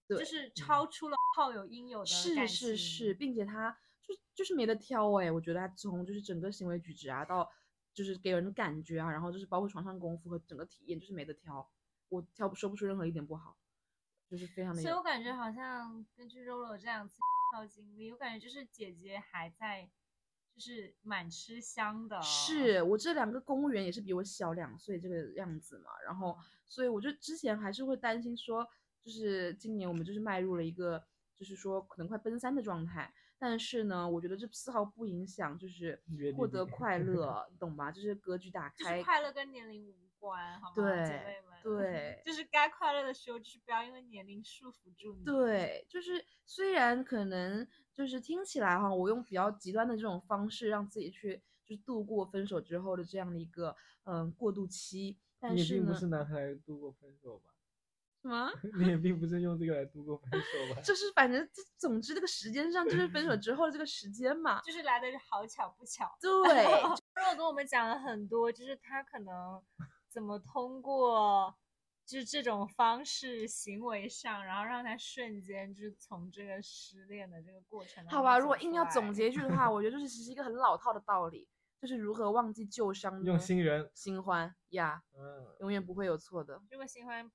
Speaker 5: 就
Speaker 1: 对嗯
Speaker 5: 是超出了炮友应有的
Speaker 1: 是
Speaker 5: 感
Speaker 1: 是
Speaker 5: 情
Speaker 1: 是，，并且他就就是没得挑哎，我觉得他从就是整个行为举止啊，到就是给人的感觉啊，然后就是包括床上功夫和整个体验，就是没得挑，我挑不说不出任何一点不好，就是非常的
Speaker 5: 所以
Speaker 1: 有嗯
Speaker 5: 我感觉好像根据肉肉这两次炮经历，我感觉就是姐姐还在，就是蛮吃香的。
Speaker 1: 是我这两个公务员也是比我小两岁这个样子嘛，然后所以我就之前还是会担心说，就是今年我们就是迈入了一个就是说可能快奔三的状态，但是呢，我觉得这丝毫不影响就是
Speaker 3: 约
Speaker 1: 获
Speaker 3: 定
Speaker 1: 得
Speaker 3: 力
Speaker 1: 快乐，你懂吧？就是格局打
Speaker 5: 就
Speaker 1: 开
Speaker 5: 是，快乐跟年龄无关，好吗？姐
Speaker 1: 对
Speaker 5: 妹们，
Speaker 1: 对
Speaker 5: 就是该快乐的时候，就是不要因为年龄束缚住你。，。
Speaker 1: 对，就是虽然可能就是听起来哈，我用比较极端的这种方式让自己去就是度过分手之后的这样的一个嗯过渡期，但
Speaker 3: 你也
Speaker 1: 是
Speaker 3: 并不
Speaker 1: 呢，
Speaker 3: 是拿它来度过分手吧？
Speaker 1: 什么？
Speaker 3: 你也并不是用这个来度过分手 吧？
Speaker 1: 就是反正这总之这个时间上就是分手之后的这个时间嘛
Speaker 5: 就是来的好巧不巧。
Speaker 1: 对，
Speaker 5: 肉肉跟我们讲了很多，就是他可能怎么通过。就是这种方式、行为上，然后让他瞬间就是从这个失恋的这个过程当中走出来。
Speaker 1: 好吧，如果硬要总结一句的 话，我觉得这只是一个很老套的道理，就是如何忘记旧伤，
Speaker 3: 用新人，
Speaker 1: 新欢呀
Speaker 3: 嗯，
Speaker 1: 永远不会有错的。
Speaker 5: 如果喜欢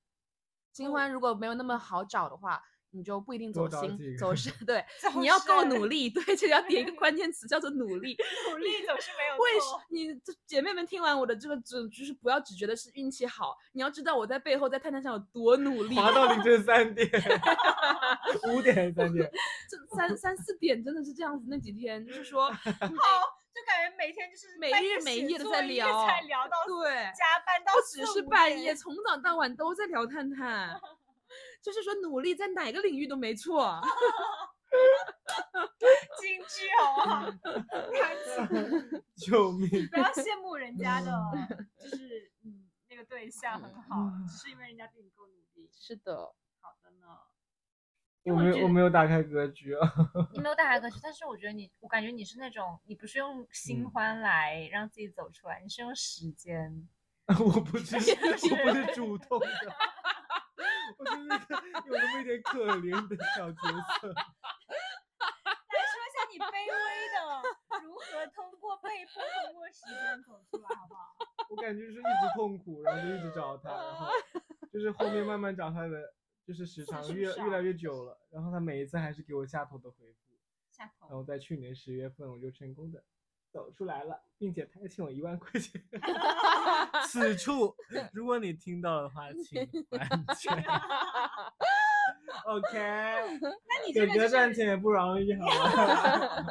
Speaker 1: 新欢如果没有那么好找的话，你就不一定
Speaker 3: 多
Speaker 1: 走
Speaker 3: 找几
Speaker 1: 心
Speaker 3: 个
Speaker 1: 走肾。对，
Speaker 5: 走
Speaker 1: 你要够
Speaker 5: 肾
Speaker 1: 努力。对，这里要 点一个关键词，叫做努力。
Speaker 5: 努力总是没 有
Speaker 1: 为什
Speaker 5: 错。
Speaker 1: 你这姐妹们听完我的这个，只就是不要只觉得是运气好，你要知道我在背后在探探上有多努力。
Speaker 3: 滑到凌晨三 点，五点还是三 点，
Speaker 1: 这三三四点真的是这样子，那几天就是 说
Speaker 5: 好，就感觉每天就是
Speaker 1: 每
Speaker 5: 半
Speaker 1: 日
Speaker 5: 夜
Speaker 1: 每
Speaker 5: 写
Speaker 1: 夜地
Speaker 5: 作
Speaker 1: 在
Speaker 5: 业
Speaker 1: 聊
Speaker 5: 才聊到
Speaker 1: 对，
Speaker 5: 加班到
Speaker 1: 不只
Speaker 5: 四
Speaker 1: 是
Speaker 5: 五
Speaker 1: 半
Speaker 5: 点
Speaker 1: 夜，从早到晚都在聊探 探，就是说努力在哪个领域都没错。
Speaker 5: 京剧好 不好？ 弹琴
Speaker 3: 救命！
Speaker 5: 不要羡慕人家的，就是嗯那个对象
Speaker 3: 嗯
Speaker 5: 很好，只是因为人家比你够努力。
Speaker 1: 是的，
Speaker 5: 好的呢，因
Speaker 3: 我
Speaker 5: 为我
Speaker 3: 没
Speaker 5: 觉
Speaker 3: 有，我
Speaker 5: 得
Speaker 3: 没有打开格局啊。
Speaker 5: 你 没有大格局，但是我觉得你，我感觉你是那种，你不是用新
Speaker 3: 嗯
Speaker 5: 欢来让自己走出来，你是用时 间。
Speaker 3: 我不是，
Speaker 5: 也
Speaker 3: 我不
Speaker 5: 是
Speaker 3: 是主动的，我就是 那个有那么一点可怜的小角色。
Speaker 5: 来说一下你卑微的如何何通过被迫通过时间走出来，好不好？
Speaker 3: 我感觉就是一直痛苦，然后就一直找他，然后就是后面慢慢找他的，就是啊时长
Speaker 8: 次数
Speaker 3: 越
Speaker 8: 少
Speaker 3: 越来越久了，然后他每一次还是给我下头的回复，
Speaker 5: 下
Speaker 3: 然
Speaker 5: 头
Speaker 3: 后在去年十月份我就成功的走出来了，并且他还欠我一万块钱。 此处如果你听到的话，请还钱。OK，
Speaker 8: 那你
Speaker 3: 哥
Speaker 8: 这个
Speaker 3: 哥
Speaker 8: 就
Speaker 3: 赚
Speaker 8: 是
Speaker 3: 钱也不容易，好吗？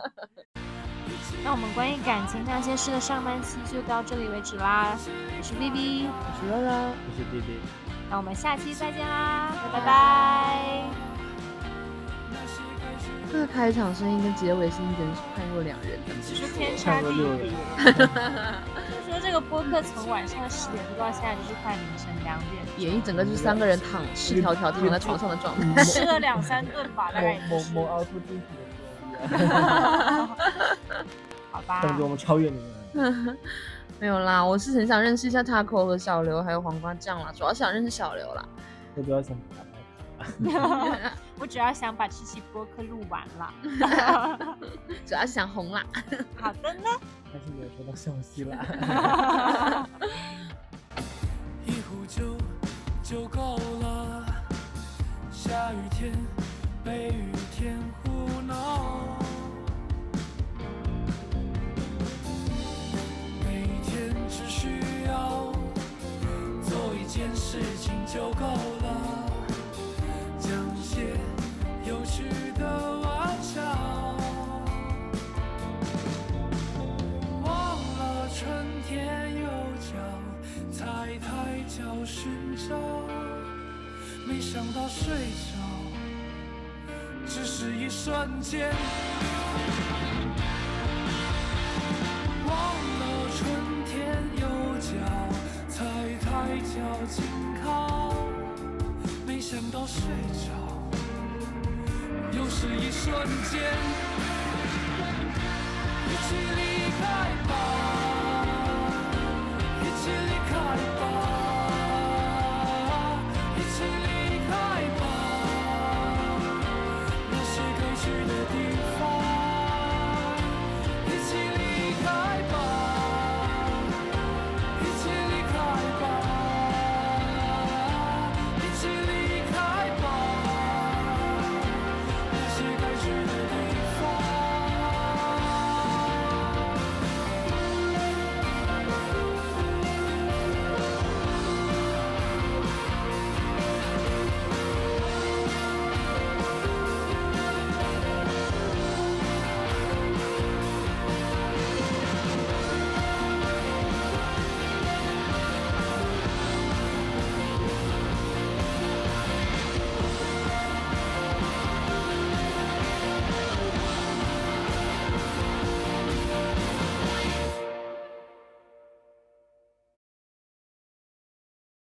Speaker 5: 那我们关于感情那些事的上半期就到这里为止啦。我是 B B，
Speaker 9: 我是悠悠，我是弟弟。
Speaker 5: 那我们下期再见啦，拜拜。
Speaker 1: 这个开场声音跟结尾声音简直是判若两人。
Speaker 5: 只是天
Speaker 3: 差
Speaker 5: 差
Speaker 3: 不
Speaker 5: 地
Speaker 3: 多六
Speaker 5: 别
Speaker 3: 人。
Speaker 5: 就说这个播客从晚上十点播到现在就是快凌晨两点，
Speaker 1: 也一整个就是三个人躺赤条条躺在床上的状态。
Speaker 5: 吃了两三顿吧，大概也就
Speaker 3: 某
Speaker 5: 是
Speaker 3: 某某凹凸金体的作业，
Speaker 5: 好吧。
Speaker 3: 感觉我们超越你们。
Speaker 1: 没有啦，我是很想认识一下 Taco 和小刘，还有黄瓜酱啦，主要想认识小刘啦。
Speaker 3: 要不要想
Speaker 5: 我主要想把这期播客录完了。
Speaker 1: 主要是想红啦。
Speaker 5: 好的呢。
Speaker 3: 还是没有收到消息了。
Speaker 10: 一壶酒就够了。下雨天，被雨天胡闹。每天只需要做一件事情就够了，讲一些有趣的玩笑。忘了春天有脚，踩抬脚寻找，没想到睡着，只是一瞬间。忘了春天有脚，踩抬脚紧靠，没想到睡着，又是一瞬间。